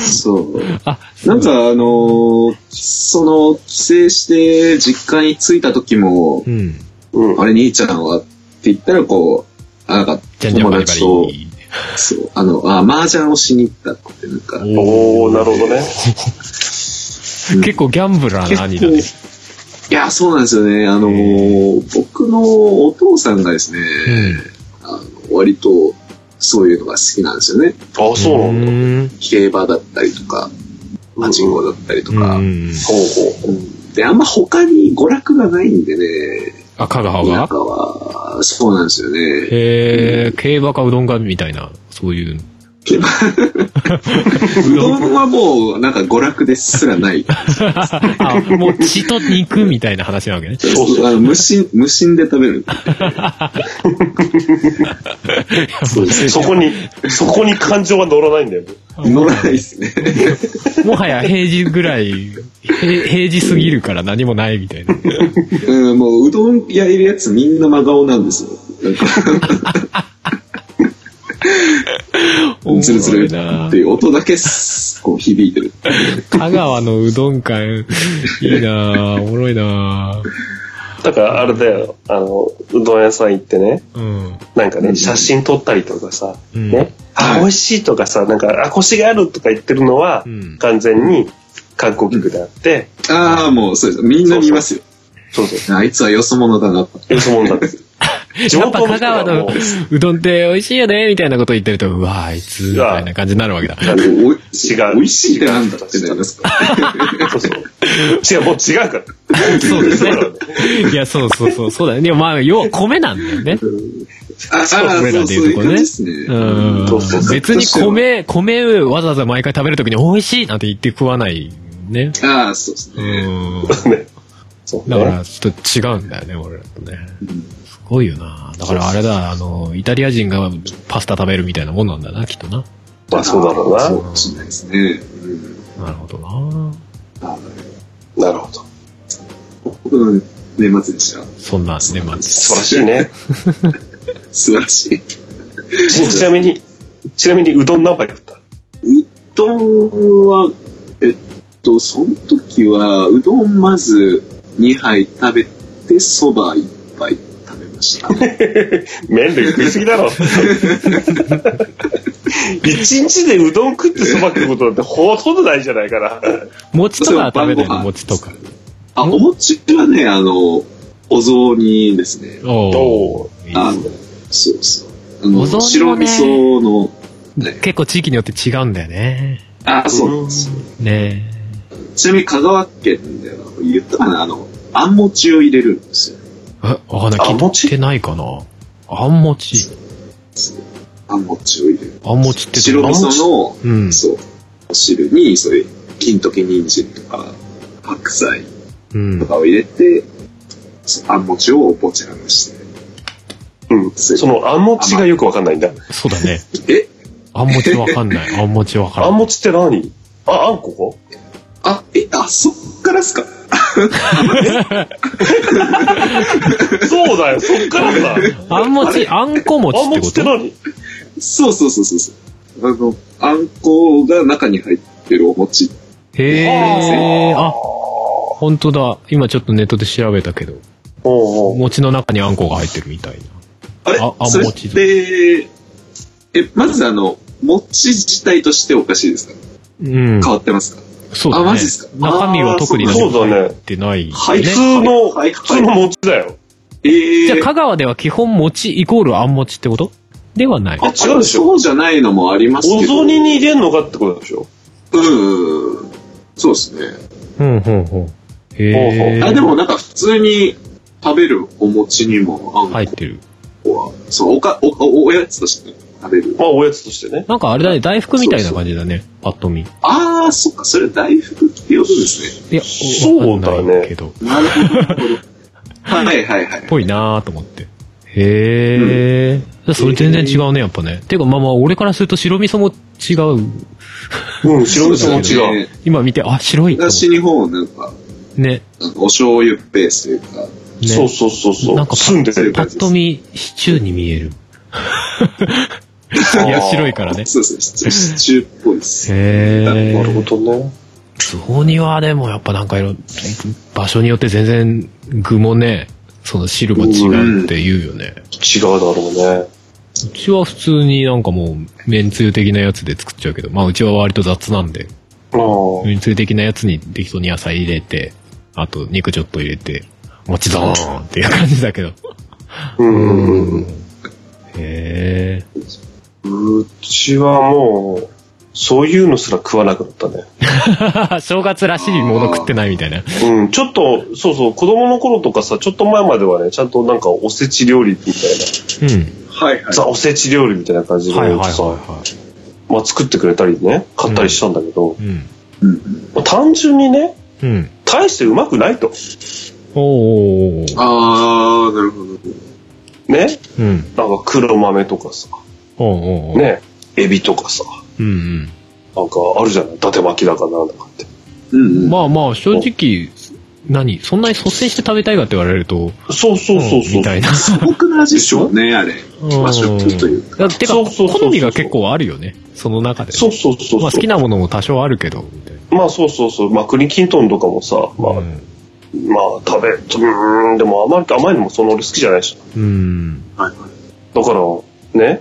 D: そう。
C: あ、
D: なんか、あのーその、帰省して実家に着いた時も
C: う、ん。
E: うん。
D: あれ、兄ちゃんはって言ったら、こう、あなんか、
C: じゃんじゃん
D: 友
C: バリバ
D: 達と、
C: リ。
D: そう、あの、あ、麻雀をしに行ったって、なんか、
E: おー、なるほどね。
C: 結構ギャンブラーな兄だね。
D: いや、そうなんですよね。あのー、僕のお父さんがですね、あの割とそういうのが好きなんですよね。
E: ああ、そうなんだ。
C: ん
D: 競馬だったりとか、パチンコだったりとか。
C: うん
E: ほうほう。
D: うんで、あんま他に娯楽がないんでね、
C: あ、香川
D: 田
C: が
D: 舎は、そうなんですよね。
C: えー、競馬かうどんかみたいな、そういう。
D: うどんはもう、なんか娯楽ですらない。
C: あ、もう血と肉みたいな話なわけね。
E: そうそう
D: あの無心、無心で食べる。
C: そうです
E: そこに、そこに感情は乗らないんだよね。
D: 乗らないですね。
C: もはや平時ぐらい、平平時すぎるから何もないみたいな。
D: うん、もううどん焼いるやつみんな真顔なんです よ。なんかずるずるっていう音だけすこう響いてる。
C: 香川のうどん館、いいなぁ、おもろいなぁ。
E: だからあれだよ、あの、うどん屋さん行ってね、
C: うん。
E: なんか
D: うん
E: ね、写真撮ったりとかさ、
C: うん
E: ね、あ
D: は、い
E: 美味しいとかさ、なんか、あ、腰があるとか言ってるのは、
C: うん
E: 完全に観光客であって、
D: ああ、もうそうです。みんな見ますよ。
E: そうそう、
D: あいつはよそ者だな。
E: よそ者だって。
C: やっぱ香川の
E: もう
C: うどんって美味しいよね、みたいなこと言ってると、うわぁ、あいつ、みたいな感じになるわけだ。
E: あの
D: お
E: 違
D: い
E: う
D: 美味しいなんだってなりま すか。
E: そうそう。違う、もう違うから。
C: そうですね
E: だよ
C: いや、そうそうそう、そうだね。でもまあ、要は米なんだよね。
D: ああー、そう
C: 俺
D: そ
C: ら
D: う
C: で
D: そ
C: い
D: ういうう
C: とこ
D: 感
C: ね
D: じですね。
C: うん
E: そうそうそう
C: 別に米、米をわざわざ毎回食べるときに美味しいなんて言って食わないね。
D: ああ、そうです
C: う
D: ね。
C: ん。
E: ね。そう
C: だ
E: ね。
C: から、ちょっと違うんだよね、俺らとね。すごいよな。だからあれだ、あの、イタリア人がパスタ食べるみたいなもんなんだな、きっとな。
E: まあそうだろう
D: そう
E: な。
D: かもしれないですね。うん
C: なるほどな。
D: あ
E: なるほど。
D: 僕の年末でした。
C: そんな年末。
E: 素晴らしいね。
D: 素晴らしい。
E: ちちなみに、ちなみにうどん何杯食った
D: うどんは、えっと、その時は、うどんまず2杯食べて、そば1杯食べました。
E: 麺類食いすぎだろ。一日でうどん食ってそば食うことなんてほとんどないじゃないから。
C: 餅とかは食べない
D: それは晩ご
C: の餅
D: 飯
C: とか。
D: あ、お餅はね、あの、お雑煮ですね。
C: お
E: お
C: ーいい
D: あ
C: です
D: の
C: ね、
D: そうそう。あの、
C: お雑煮
D: 白
C: もね
D: 味噌の、ね、
C: 結構地域によって違うんだよね。
D: あ、そうなんですよ。
C: ね
D: ちなみに香川県では、言ったかな、あの、あん餅を入れるんですよ。
C: え。あ、わかんない。
E: あ
C: 聞
E: 餅
C: いてないかな。あん餅。
D: あん餅を入れる。
C: あん餅って
D: 白
C: どんな
D: 味噌の、
C: うん。
D: そう。お汁に、そういう、金時人参とか、白菜
C: うん
D: と。かを入れて、そうあん餅をぼちゃんして。
E: うん。そのあんもちがよくわかんないんだ。
C: そうだね。
D: え
C: あん餅わかん ない。あん餅わか
E: あ
C: ら
E: ん
C: ない。
E: もちって何あ、あんこ
D: あ、え、あ、そっからっすか
E: そうだよ、そっからだ。
C: あん餅、あんこ
E: あん
C: 餅っ
E: も
C: て
E: ちっ
C: こ
E: て
C: と
E: 何
D: そうそうそうそうそう。あの、あんこが中に入ってるお餅。
C: へえ。あ、本当だ。今ちょっとネットで調べたけど、
E: おうおう
C: 餅の中にあんこが入ってるみたいな。
D: あれ
C: ああん
D: それっ
C: 餅
D: て、え、まずあの、餅自体としておかしいですか
C: うん。
D: 変わってますか
C: そうだね。
D: あマジっすか
C: 中身は特に何
E: そうだ
C: も入
E: ね
C: っ。てない。
D: はい
E: 普通の、
D: はい
E: 普通の餅だよ。
D: えー、
C: じゃあ、香川では基本餅イコールあん餅ってことではない。
D: あ
E: 違うでしょ
D: そうじゃないのもあります
E: お
D: けど。
E: 雑煮に入れんのかってことでしょ
D: うん。そうですね。
C: うん、うん、うん。へえ。
D: あでもなんか普通に食べるお餅にもあんこは、
C: 入ってる。
D: そうおかおおおやつとして食べる
E: まあ、おやつとしてね。
C: なんかあれだね、大福みたいな感じだね。パッと見。い
D: ああそっかそれ大福っていうことですね
C: や、
E: そうだね
C: わかんないけど。
D: なるほど なるほどはいはいはい
C: ぽいなーと思って。へえ、それ全然違うね、やっぱね。ていうか、まあまあ、俺からすると白味噌も違う。
E: うん、白味
C: そ
E: 噌も
C: うだよ
E: 違う。
C: 今見て、あ、白いと思
D: 東日本はなんか
C: う。ね。
D: なんかお醤油ベースというか
C: ね。
E: そうそうそうそ
C: なんか
E: う。住んでる
C: パ
E: 感
C: ッと見、シチューに見える。いや、白いからね。
D: そうですねシチューっぽいです
C: へ
E: じ。なるほ
C: え。
E: どね。
C: 雑煮はでもやっぱなんかいろ、場所によって全然具もね、その汁も違うって言うよね。
E: 違うだろうね。
C: うちは普通になんかもう、麺つゆ的なやつで作っちゃうけど、まあうちは割と雑なんで、
E: ああ。
C: 麺つゆ的なやつに適当に野菜入れて、あと肉ちょっと入れて、もちどーんっていう感じだけど。
E: うん。
C: へえ。
E: うちはもう、そういうのすら食わなくなったね。
C: 正月らしいもの食ってないみたいな。
E: うん、ちょっと、そうそう、子供の頃とかさ、ちょっと前まではね、ちゃんとなんかおせち料理みたい
C: うん。
D: はいは
E: な、ザ・おせち料理みたいな感じで、
C: はいはいはい
E: ちょっ
C: は
E: とまあ、作ってくれたりね、買ったりしたんだけど、
C: い。うん。
D: い。うん、
E: まあ単純にね、
C: うん。
E: 大してうまくないと。
C: おー。
D: ああ、なるほど。
E: ね、
C: うん。
E: なんか黒豆とかさ、
C: おーおーおー。。
E: ね、エビとかさ、
C: うん
E: なんかあるじゃない、伊達巻きだかなんだかって。
D: うん、
C: う。
D: うんん。
C: まあまあ、正直、何そんなに率先して食べたいかって言われると、
E: そうそうそう
C: うん
E: そう。
C: みたいな。
D: 素朴な味でしょうね、あれ。和食という
C: だ
D: か。
C: てか、
E: そうそうそうそう
C: 好みが結構あるよね。その中で。
E: そうそうそうそう。
C: まあ好きなものも多少あるけど、みたいな。
E: まあそうそうそう。まあ栗きんとんとかもさ、まあ、
C: うん
E: まあ食べ、うーん、でも甘い甘いのもそんな俺好きじゃないし。
C: うん。
D: はいはい。
E: だから、ね。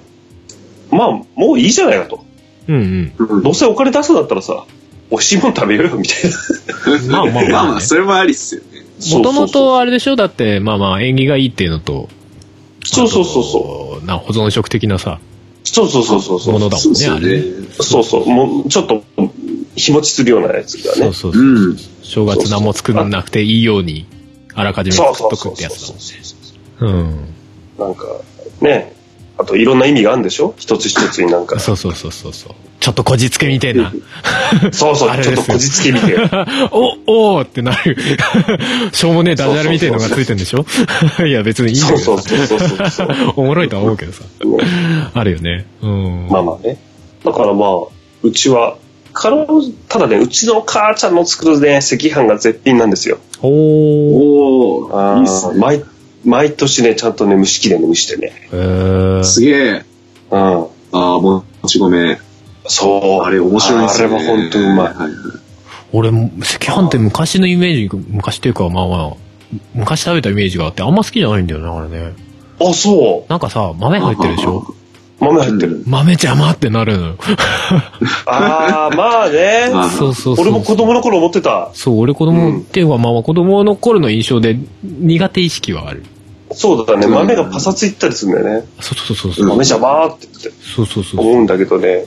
E: まあ、もういいじゃないかと。
C: うん
D: うん
E: どうせお金出すんだったらさ、美味しいもん食べようよ、み たいな。
C: うん。まあまあ
D: まあ
C: ま
D: ま
C: あ
D: あ、
C: ね。
D: それもありっすよね。
C: もともとあれでしょだって、まあまあ、縁起がいいっていうのと、
E: そうそうそうそう。
C: う。な、保存食的なさ、
E: そうそうそうそうそう。
C: ものだも
D: そ
C: ん
D: うっ
C: ね、
D: す
C: あ
D: よ
C: れ
D: ね
C: ね。。
E: そうそう。もう、ちょっと、日持ちするようなやつだ
C: そ
E: ね
C: う。そう
D: う
C: そう。
D: ん。
C: 正月何も作らなくていいように、あらかじめ
E: そ
C: 作
E: うそ
C: っと
E: うそ
C: くっ
E: う
C: てやつだ
E: そ
C: もんね。
E: う。
C: うん。
E: なんか、ね。あと、いろんな意味があるんでしょ一つ一つになんか。
C: そうそうそうそうそう。ちょっとこじつけみて えな。
E: そうそ
C: あ
E: う、
C: れ
E: ちょ
C: で
E: っ
C: す
E: とこ
C: よ
E: じつけみ てよ。
C: お、おーってなる。しょうもねえダジャレみたいのがついてんでしょいや別にいいんだけ
E: そう
C: ど
E: そう
C: さ。
E: そうそうそう。
C: おもろいとは思うけどさ。あるよね。うん。
E: まあまあね。だからまあ、うちは、かろうただね、うちの母ちゃんの作るね、赤飯が絶品なんですよ。
C: おー。
D: おー、いいっす
E: あー
D: ね。
E: 毎毎年ね、ちゃんとね、蒸し器でね、蒸してね。
C: えー
D: すげえ。
E: うん。
D: ああ、もち米。
E: そう。
D: あれ面白いっすね。
E: あれは本当にうまい。
D: はいはい。
C: 俺、赤飯って昔のイメージ、昔っていうかまあまあ、昔食べたイメージがあってあんま好きじゃないんだよね、あれね。
E: あ、そ
C: なんかさ、豆入ってるでしょ
E: う。豆入ってる。
D: うん
C: 豆邪魔ってなるのよ。
E: ああ、まあね。
D: まあ
C: そうそうそう。
E: 俺も子供の頃思ってた。
C: そう、俺子
E: うん
C: 供っていうか、まあまあ子供の頃の印象で苦手意識はある。
E: そうだね。
D: うん
E: 豆がパサついたりするんだよね。
C: そうそうそうそう。
D: うん
E: 豆じゃばーってって
C: そうそうそう。
E: 思うんだけどね。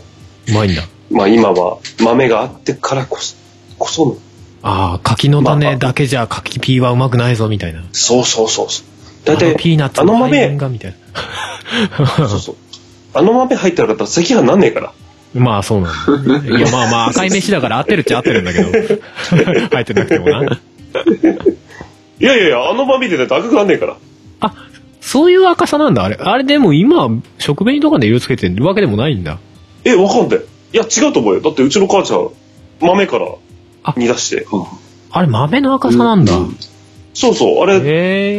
C: うまいんだ。
E: まあ今は豆があってからこそ、こその。
C: ああ、柿の
E: まあま
C: 種
E: あ
C: だけじゃ柿ピーはうまくないぞ、みたいな。
E: そうそうそうそう。
C: あ
E: だいたい
C: のピーナッツ
E: あの
C: の
E: 豆
C: 配分が、みたい
E: そうそう。あの豆入ってなかったら赤飯なんねえから。
C: な。まあそうなんだ、ね。いやまあまあ赤い飯だから合ってるっちゃ合ってるんだけど。入ってなくて もな。
E: いやいやいや、あの豆でだって赤くなんねえから。
C: そういう赤さなんだ、あれ。あれでも今、食紅とかで色つけてるわけでもないんだ。
E: え、わかんない。いや、違うと思うよ。だってうちの母ちゃん、豆から
C: あ
E: 煮出して。
C: あれ豆の赤さなんだ。
D: う
E: そうそう、あれ、って
C: へ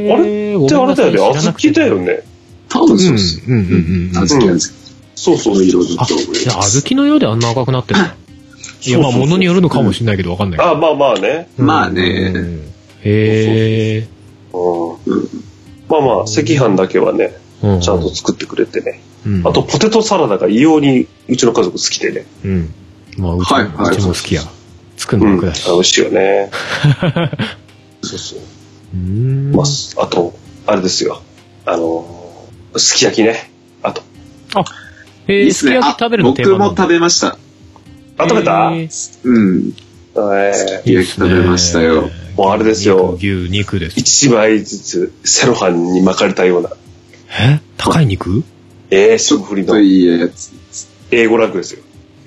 C: え。
E: あれ
C: ごめんな
E: あ
C: さい
E: れだよね。
C: 知らなくて
E: 小豆だよね。
D: 多分
C: う
D: そ
C: ん
D: うっす。
C: うんうんうん。
D: 小豆なんですけ
E: そうそうそ
D: ど、この
E: う。
D: 色ずっ
C: あ、
D: と思い
C: じゃあ、
D: ま
C: 小
D: す。
C: 豆の色であんな赤くなってるのいや、まあ、
E: そうそうそう
C: 物によるのかもしれないけど、わかんないけど。
E: あ、まあまあね。
C: うん
D: まあね
C: うんへえ。
E: うん
D: うん
E: まあまあ、赤飯だけはね、
C: う
E: ちゃんと、作ってくれてね。
C: うん
E: あと、、ポテトサラダが異様にうちの家族好きでね。
C: うん。まあ、うち
D: はい
C: も
D: は
C: う
D: い
C: ちも好きや。作る
E: う
C: の
E: ん。
C: 楽
E: 美
C: だし。
E: 味しいよ ね。そうそう。
C: うん
E: まあ、あと、あれですよ。あの、すき焼きね。あと。
C: え
D: いい
C: ー、
D: っ
C: す
D: す
C: き
D: ね。
C: 焼き
D: あ
C: 食べるの定
D: 僕
C: 番
D: も
C: なんだ
D: 食べました。
E: あ、食べた、
C: えー
D: うん。
E: え
D: べ焼き食べましたよ
C: いいっすね
E: もうあれですよ
C: 牛肉牛肉です。
E: 1枚ずつセロハンに巻かれたような、
C: え高い肉
E: えー、
D: ちょ
E: 霜降り
D: っ
E: の
D: といいやつ。
E: 英語楽ですよ。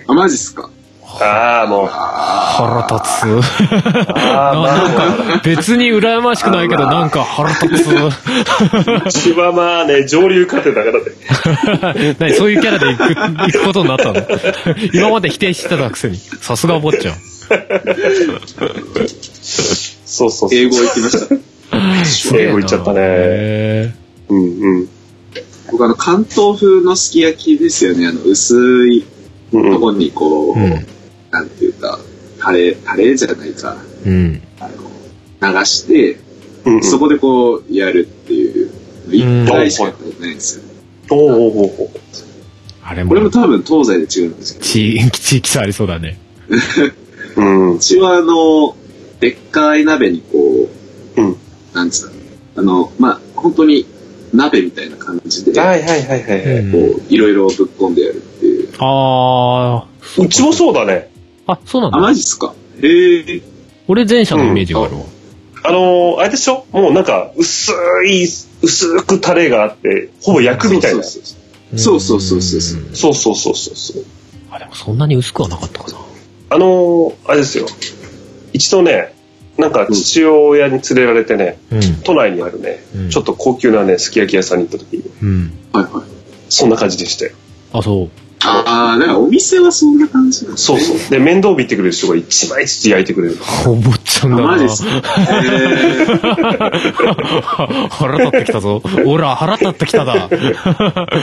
D: あ、マジっすか。
E: ああ、もう、あ
C: 腹立 つ。
E: あ、まあ、
C: 別に羨ましくないけど、なんか腹立つ。
E: 一番まあね、上流家庭だからね。
C: 何そういうキャラで行く、行くことになったの 今まで否定してたくせに。さすがお坊ちゃん。
E: そうそうそう。
D: 英語行きま した。
E: 英語行っちゃったね。
C: へ
E: うんうん。
D: 僕あの、関東風のすき焼きですよね。あの、薄い
E: うんう
D: と
E: ん、
D: こにこう、
C: うん
D: なんていうか、タレ、タレじゃないか、
C: ー。うん。
D: 流して、
E: うんうん。
D: そこでこう、やるっていう、一回しかやったことないんですよ。
E: あほうほうほうほう。
C: あれ
D: これも
C: も、
D: 多分東西で違うんですけど、
C: 地域、地域差ありそうだね。
E: うん
D: う。ちはあの、でっかい鍋にこ
E: うん。
D: う、なんつうか、あの、まあ、本当に鍋みたいな感じで、
E: はいはいはいはい。
C: う
D: こ
C: ん、
D: う、いろいろぶっ込んでやるっていう。
C: あ
E: うちもそうだね。
C: ー、あ、そうなん
D: あ、
C: だ。
D: マジっすかへえ。
C: 俺前者のイメージがあるわ。
E: あのー、あれでしょもうなんか、薄い、薄くタレがあって、ほぼ焼くみたいな。
D: そうそうそうそうそうそ
C: う
D: うそう
E: そう
C: ん
E: そうそうそうそう。
C: あ、でもそんなに薄くはなかったかな。
E: あのー、あれですよ。一度ね、なんか父親に連れられてね、
C: うん。
E: 都内にあるね、
C: うん
E: ちょっと高級なね、すき焼き屋さんに行った時に、
C: うん。
D: そう。はいはい。
E: そんな感じでしたよ。
C: あ、そう。
D: ああ、だからお店はそんな感じなんです
E: そうそう。で、面倒見てくれる人が一枚ずつ焼いてくれる。
C: お坊ちゃん
D: あ
C: だな。
D: マジっすかへえ。
C: 腹立ってきたぞ。おら、腹立ってきただ。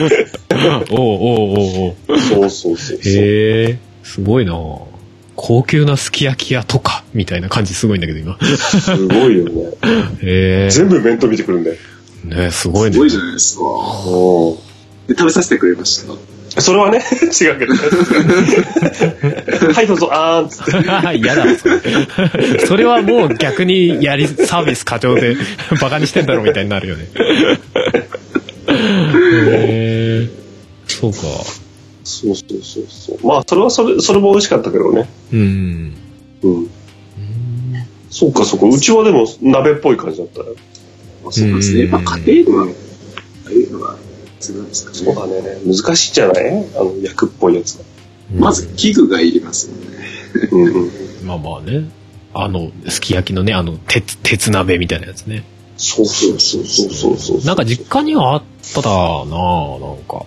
C: おうおうおうおう。
E: そうそうそうそう。
C: へえ、すごいな高級なすき焼き屋とか、みたいな感じすごいんだけど、今。
E: すごいよね。
C: へえ。
E: 全部面倒見てくるんだよ。
C: ねすごい
D: す
C: ね
D: ご。いじゃないですか。で食べさせてくれました。
E: それはね、 違うけ どね。はい、どうぞ、あーんつって。
C: 嫌だわそれ。それはもう逆にやり、サービス過剰で、 バカにしてんだろ、みたいになるよね。へえ。そうか。
E: そうそうそうそう。まあ、それはそれ、それも美味しかったけどね。
C: うん。
E: うん。そうか、そうか。うちはでも鍋っぽい感じだったよ。
D: まあ、そうなんですね。
C: うん
D: まあ、家庭では、ああいうのが必要なんですかね。
E: そうだね。難しいんじゃないあの、役っぽいやつが。
D: まず器具がいりますもんね。
E: うんうん。
C: まあまあね。あの、すき焼きのね、あの、鉄、鉄鍋みたいなやつね。
E: そうそうそうそうそうそう。
C: なんか実家にはあっただななんか。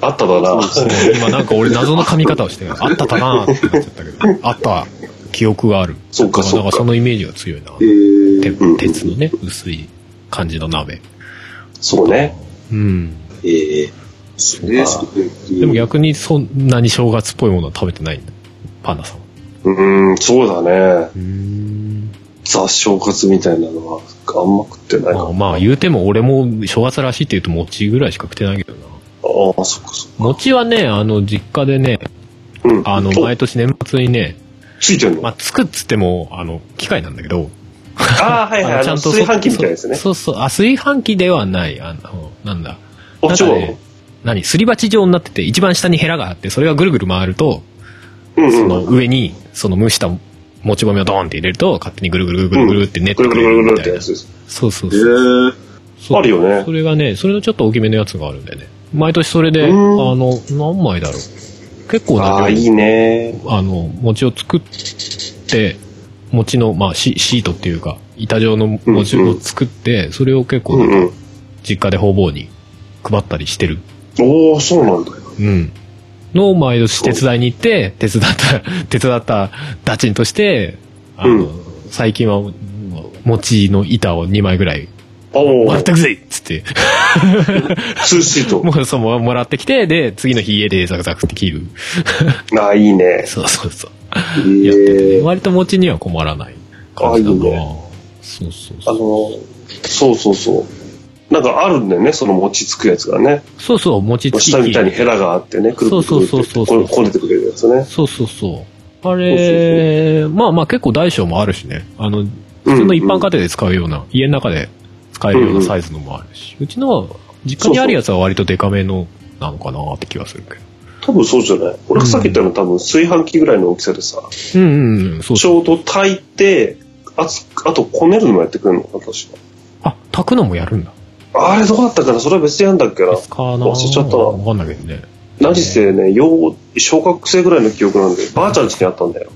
E: あっただな。
C: そう今なんか俺謎の噛み方をして、あっただなってなっちゃったけど、あった記憶がある。
E: そうかそうか
C: なんかそのイメージが強いな。
D: え
C: て
D: ー、
E: うん
C: 鉄のね、薄い感じの鍋。
E: そうね。
C: うん。
D: えー、そうね、
E: そうか
C: でも逆にそんなに正月っぽいものは食べてないんだ。パンダさんは。
E: うん、そうだね。
C: うん。
E: 雑正月みたいなのは、あんま食ってないか
C: ま
E: ら。
C: あまあ言うても俺も正月らしいって言うと餅ぐらいしか食ってないけどな。
E: ああ、そっかそっか。
C: 餅はね、あの実家でね、
E: うん。
C: あの
E: お
C: 毎年年末にね、
E: ついてんの
C: まあ、つくっつっても、あの、機械なんだけど、
E: ああ、はいはい。
C: あの
E: あの炊飯器みたいですね。
C: そうそうそう、あ、炊飯器ではない、あの、なんだ。
E: あ、
C: なん
E: そう
C: か
E: な
C: ね
E: の
C: 何すり鉢状になってて、一番下にヘラがあって、それがぐるぐる回ると、
E: うん
C: そ
E: うん
C: の。上に、その蒸したもち米をドーンって入れると、勝手にぐるぐるぐるぐるぐるって練って
E: ぐるぐるぐるぐる
C: み
E: ったて
C: い
E: や
C: な。
E: つです。
C: そうそう
D: え
C: そう。
D: ー、
C: そう
E: あるよね
C: それがね、それのちょっと大きめのやつがあるんだよね。毎年それで、あ
E: うん
C: の、何枚だろう。結構
E: あ
C: な
E: あ、い
C: 量
E: いね。
C: あの、餅を作って、餅の、まあ、シシートっていうか、板状の餅
E: うんう
C: を
E: ん
C: 作って、それを結
E: う
C: 構
E: ん
C: なんか、
E: うん。
C: 実家で方々に配ったりしてる。
E: おお、そうなんだよ。
C: うん。のを毎年手伝いに行って、手伝った、 手伝ったダチンとして、あの、
E: う
C: 最近は、餅の板を2枚ぐらい、
E: おお
C: 全、くぜいっつって、
E: ツーシート。
C: もうそう、ももらってきて、で、次の日家でザクザクって切る。
E: ああ、いいね。
C: そうそうそう。
D: え
C: やってて、
D: ー、
C: 割と餅には困らない感じだな。そうそう
E: あ
C: そう。
E: の、そうそうそう。なんかあるんだよね、その餅つくやつがね。
C: そうそう、餅つき
E: 下みたいにヘラがあってね、くるくるくる
C: そうそうそう
E: こ
C: そう
E: れこねてくれるやつね。
C: そうそうそう。あれまあまあ結構大小もあるしね。あの、普通の一般家庭で使うような、家の中で使えるようなサイズのもあるし、うちのは、実家にあるやつは割とデカめのなのかなって気はするけ
E: 多分そうじゃない。俺がさっき言ったの多分炊飯器ぐらいの大きさでさ、
C: ど。うんうんうん、そう
E: ち
C: そう。
E: ょうど炊いて、あつあとこねるのもやってくれるのかな、確か。
C: あ、炊くのもやるんだ。
E: あれどうだったかなそれは別にやんだっけな。
C: かな
E: 忘れちゃったな
C: わかんないけどね。
E: 何せね、よう小学生ぐらいの記憶なんで、ばあちゃん家にあったんだよ。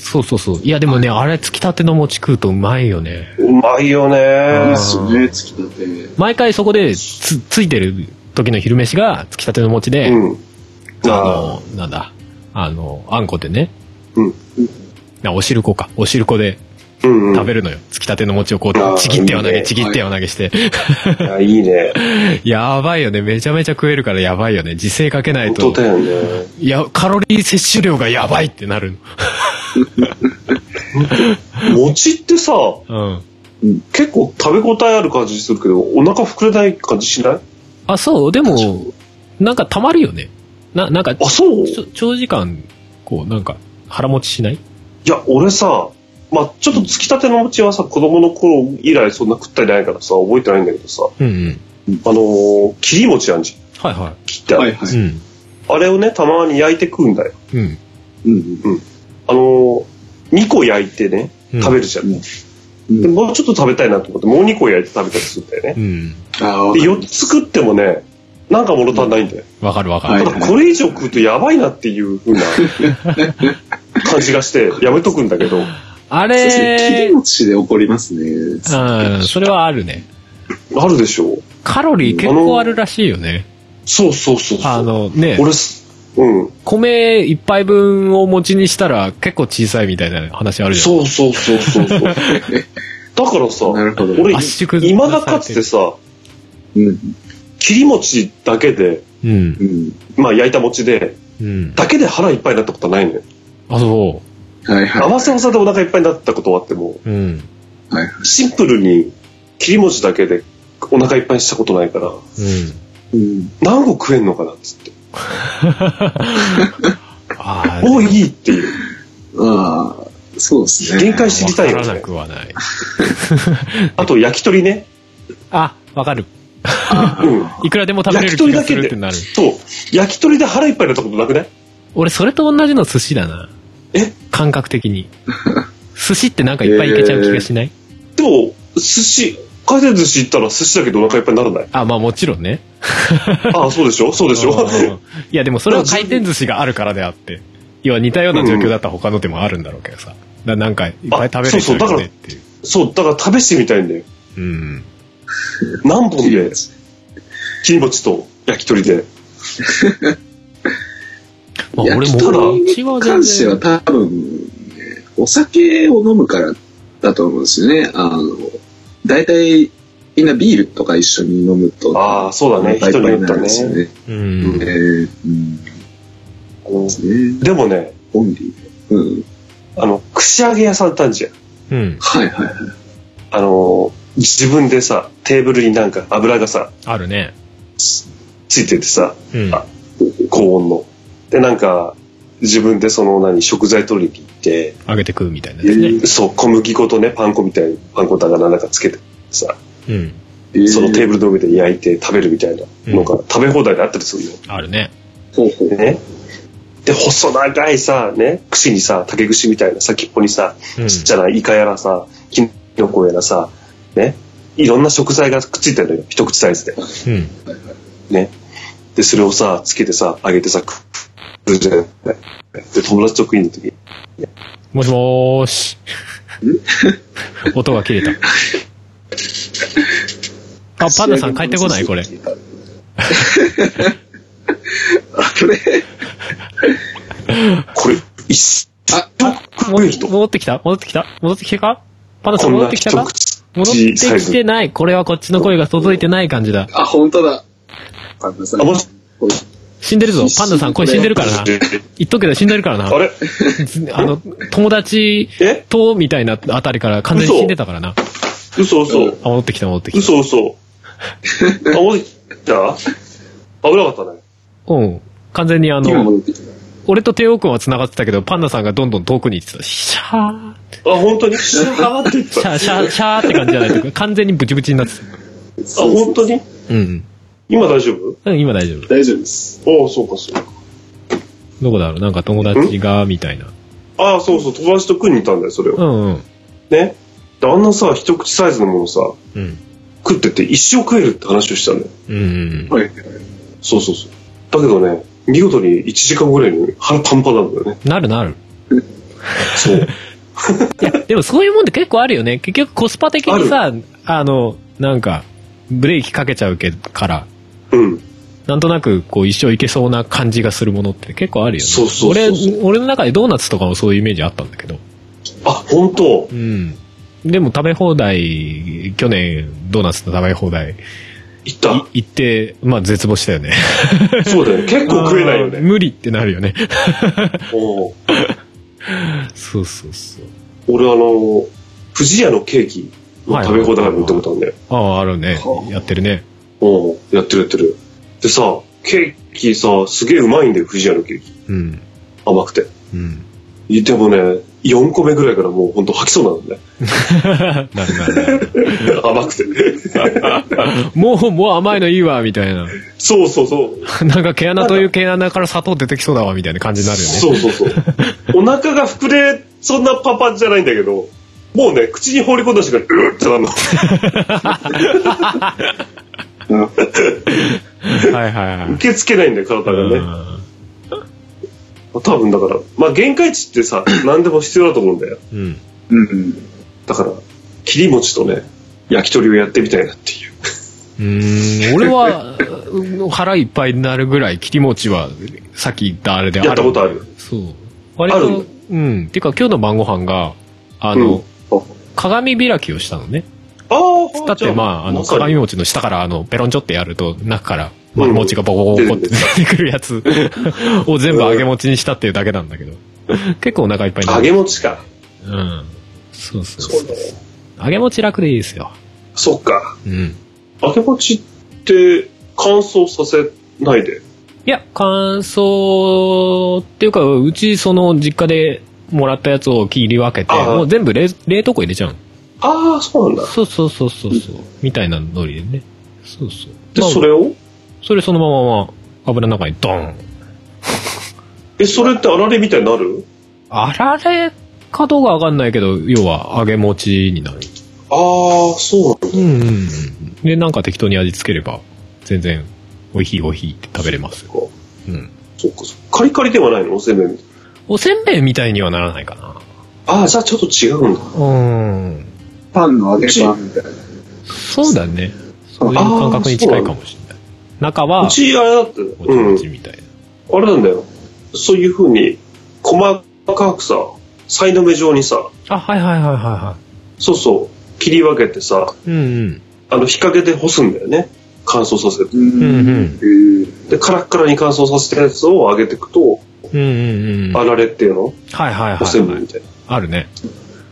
C: そうそうそう。いやでもね、あれ、つきたての餅食うとうまいよね。
E: うまいよ
D: いい
E: ね
D: っ。すよね、つきたて。
C: 毎回そこでつ、ついてる時の昼飯が、つきたての餅で、
E: うん。あ
C: あの、なんだ、あの、あんこでね、
E: うん。
C: なお汁粉か、お汁粉で
E: うん、うん。
C: 食べるのよ。つきたての餅をこ
E: あー
C: う、ちぎっては投
E: いい
C: げ、
E: ね
C: ちぎっては投げして。
E: いや、いいね。
C: やばいよね。めちゃめちゃ食えるからやばいよね。自制かけない
E: 本当
C: と。
E: だよね。
C: いや、カロリー摂取量がやばいってなる
E: 餅ってさ、
C: の。うん。
E: 結構食べ応えある感じするけど、お腹膨れない感じしない
C: あ、そう、でも、なんか溜まるよね。な、なんか、
E: あ、そう
C: ちょ長時間、こう、なんか、腹持ちしない
E: いや、俺さ、まあちょっとつきたての餅はさ、子供の頃以来そんな食ったりないからさ、覚えてないんだけどさ、
C: うんうん。
E: あのー、切り餅あんじゃ
C: はいは。
E: ん。切ってある、
D: はいはい
C: うん。
E: あれをね、たまに焼いて食うんだよ。
C: うん。
D: うん
E: あのー、2個焼いてね、
C: うん
E: 食べるじゃん。
D: うんうん
E: でもうちょっと食べたいなと思って、もう2個焼いて食べたりするんだよね。
C: うん。
D: あーわ
E: で、
D: かる
E: 4つ食ってもね、なんか物足んないんだよ。
C: わかるわかる。
D: はい
E: ただこれ以上食うとやばいなっていう 風な感じがして、やめとくんだけど、あ
C: あ
D: そうですね切
C: れ
D: り、餅で怒りますね。
C: うん、それはあるね。
E: るでしょう。
C: カロリー結構あるらしいよね。
E: そうそうそうそう。
C: あのね、
E: 俺す、うん。
C: 米一杯分を餅にしたら結構小さいみたいな話あるじゃん。
E: そうそうそうそう そう。だからさ、
D: なるほど
E: 俺、
C: 圧縮
E: いまだかつてさ、
D: うん。
E: 切り餅だけで、
C: う。ん
D: う。ん。
E: まあ焼いた餅で、
C: うん。
E: だけで腹いっぱいになったことはないのよ。
C: あ、そ
D: はいはい。
E: 合わせ合わせでお腹いっぱいになったことはあっても、
C: う。うん。
D: はい
E: シンプルに切り餅だけでお腹いっぱいにしたことないから、
C: うん。
D: うん。
E: 何個食えんのかなっつって。
C: あ
E: もういいっていう。
D: ああ、そうですね。
E: 限界知りたいよ
C: わからな
E: ね。
C: くはない。
E: あと焼き鳥ね。
C: あ、わかる。
E: うん。
C: いくらでも食べれ
E: 焼き
C: る
E: 鳥
C: 気が
E: だ
C: す
E: け
C: るっ
E: で
C: てなる。。
E: そう。焼き鳥で腹いっぱいになったことなくない
C: 俺、それと同じの寿司だな。
E: え
C: 感覚的に。寿司ってなんかいっぱいいけちゃう気がしない、
E: でも、寿司、回転寿司行ったら寿司だけでお腹いっぱいにならない
C: あ、まあもちろんね。
E: ああ、そうでしょそうでしょ
C: うんいや、でもそれは回転寿司があるからであって。要は似たような状況だったら他の手もあるんだろうけどさ。だなんかいっぱい食べれる人いるねっていう。
E: そう、だから試してみたいんだよ。
C: うん。
E: 何本で、切り餅と焼き鳥で。
C: まあ、
D: いや
C: 俺
E: 来たら
C: も、うちは全
D: 関しては
C: 然。
D: 多分、ねお酒を飲むからだと思うんですよね。あの、大体、みんなビールとか一緒に飲むと、
E: ああ、そうだね。
D: いっぱい
E: 人
D: いっ
E: によ
D: ぱいに
E: っ
D: な
E: たら
D: るんですよ
E: ね。
D: ね。
C: う
D: え
C: ん。
D: ーうん、ね
E: でもね、
D: オンリーで。うん。
E: あの、串揚げ屋さんたんじゃん。
C: うん。
D: はいはいはい。
E: あの、自分でさ、テーブルになんか油がさ、
C: あるね。
E: ついててさ、
C: うん。
E: あ高温の。で、なんか、自分でその何、食材取りに行って、
C: 揚げて食うみたいなですね。
E: そう、小麦粉とね、パン粉みたいな、パン粉だかなんだかつけてさ、
C: うん。
D: えー
E: そのテーブルの上で焼いて食べるみたいなのが、食べ放題であったりするよ。
C: あるね。
D: ほうほう
E: でね。で、細長いさ、ね、串にさ、竹串みたいな先っぽにさ、
C: うん
E: ちっちゃなイカやらさ、キノコやらさ、ね、いろんな食材がくっついてるのよ、一口サイズで。
C: うん。
E: ね。で、それをさ、つけてさ、揚げてさ、食うじゃない。で、友達と食いの時、
C: もしもーし。音が切れた。あ、パンダさん帰ってこないこれ。
D: あこれ、
E: これ、一生
D: あ
E: 食えると。
C: 戻ってきた戻ってきた戻ってきてかパンダさ
E: こ
C: ん
E: ん
C: 戻っ
E: な
C: てきた
E: 一
C: か戻っ
E: 口
C: て
E: サイ
C: き
E: ズ
C: て。ない。これはこっちの声が届いてない感じだ。
D: あ、本当だ。パンダさん。
E: あ、もし、
C: 死んでるぞ。パンダさん声死んでるからな。言っとくけど死んでるからな
E: あ。れ
C: ずあの、友達
E: え
C: と、みたいなあたりから完全に死んでたからな。
E: 嘘嘘。
C: あ、戻ってきた戻ってきた。
E: 嘘嘘。あ、戻ってきた危なかったね。
C: うん。完全にあ
D: 今
C: の、
D: 戻ってきた。
C: 俺とテオ君は繋がってたけど、パンダさんがどんどん遠くに行ってた。シャー
E: あ、本当にシャーって言っ
C: シ
E: た。
C: ャー、
E: あ、
C: シ ャー、シャーって感じじゃ ないと、完全にブチブチになってた。
E: 本当に
C: うん。
E: 今大丈夫
C: うん、今大丈夫。
D: 大丈夫です。
E: ああ、そうかそうか。
C: どこだろうなんか友達が、みたいな。
E: ああ、そうそう、友達と食いに行ったんだよ、それを。
C: うんうん。
E: ね。で、あんなさ、一口サイズのものさ、
C: うん。
E: 食ってて一生食えるって話をしたんだよ。
C: うんうん。
D: はい。
E: そうそうそう。だけどね、見事に1時間ぐらいに腹パンパンなんだよね。
C: なるなる。
E: そう。
C: いや、でもそういうもんって結構あるよね。結局コスパ的にさ、あの、なんか、ブレーキかけちゃうけから、
E: うん。
C: なんとなくこう一生いけそうな感じがするものって結構あるよね。
E: そうそうそうそう
C: 俺、俺の中でドーナツとかもそういうイメージあったんだけど。
E: あ、本当
C: うん。でも食べ放題、去年ドーナツの食べ放題
E: 行った。
C: 行って、まあ絶望したよね。
E: そうだよね。結構 食えないよ
C: あー
E: ね。
C: 無理ってなるよね。
E: おう
C: そうそうそう。
E: 俺あの、富士屋のケーキの食べ放題あるのってことなんだよ。
C: ああ、あるね
E: は。あ
C: やってるね。
E: うん、やってるやってる。でさ、ケーキさ、すげえうまいんだよ、藤屋のケーキ。
C: うん。
E: 甘くて。
C: うん。
E: でもね、4個目ぐらいからもうほんと吐きそうにな
C: なるな る
E: るね。甘くて。
C: なる。もう、もう甘いのいいわ、みたいな。
E: そうそうそう。
C: なんか毛穴という毛穴から砂糖出てきそうだわ、みたいな感じになるよね。
E: そうそうそう。お腹が膨れ、そんなパンパンじゃないんだけど、もうね、口に放り込んだ瞬間、うーってなるの。
C: はいはいはい。
E: 受け付けないんだよ、体がね。多分だから、まあ限界値ってさ、何でも必要だと思うんだよ。
C: うん。うん。
D: うん。
E: だから、切り餅とね、焼き鳥をやってみたいなっていう。
C: うーん俺 はうん腹いっぱいになるぐらい切り餅はさっき言ったあれである
E: やったことある。
C: そう割と
E: ある
C: うんてか今日の晩ご飯があの、
E: うん
C: 鏡開きをしたのね
E: ああ、
C: だってまああの
E: さに
C: 鏡餅の下からあのペロンチョってやると中から
E: う
C: 丸
E: ん
C: 餅がボコボコボコって
E: 出て
C: 出てくるや つを全部揚げ餅にしたっていうだけなんだけど結構お腹いっぱいにな
E: 揚
C: る
E: げ餅か。
C: うんそうそうそう揚げ餅楽でいいですよ
E: そっか。
C: うん
E: 揚げ餅って乾燥させないで。
C: いや、乾燥っていうか、うちその実家でもらったやつを切り分けて、
E: ああ
C: もう全部冷冷凍庫入れちゃうの
E: ああ、そうなんだ。
C: そうそうそうそうそう、みたいなノリでね。そうそう。
E: で、
C: まあ
E: それを
C: それそのまま油の中にドン。
E: え、それってあられみたいになる
C: あられかどうかわかんないけど、要は揚げ餅になる。
E: ああ、そうなんだ。
C: うんうんうん。で、なんか適当に味付ければ、全然、おいひいおいひいって食べれますよ。うん。
E: そっか、そっか。カリカリではないのおせんべいみたい。
C: おせんべいみたいにはならないかな。
E: ああ、じゃあちょっと違うんだ。
C: うん。
D: パンの揚げパンみたいな。
C: そうだね。そういう感覚に近いかもしれない。中は
E: う、ち、あれだって、
C: おち
E: う
C: も
E: ん。
C: ちみたいな。
E: あれなんだよ。そういう風に、細かくさ、さいの目状にさ、
C: あ、はいはいはいはいは
E: そうそう、切り分けてさ、
C: い。うん
E: あの、日陰で干すんだよね。乾燥させて。
D: う
C: うん。うん
D: ん。
C: うん。
E: で、カラッカラに乾燥させたやつを揚げていくと、
C: うんうんうん。は
E: あ
C: い
E: られっていうの
C: はいはい
E: おせんべ
C: はい
E: み
C: い。
E: たいな。
C: あるね。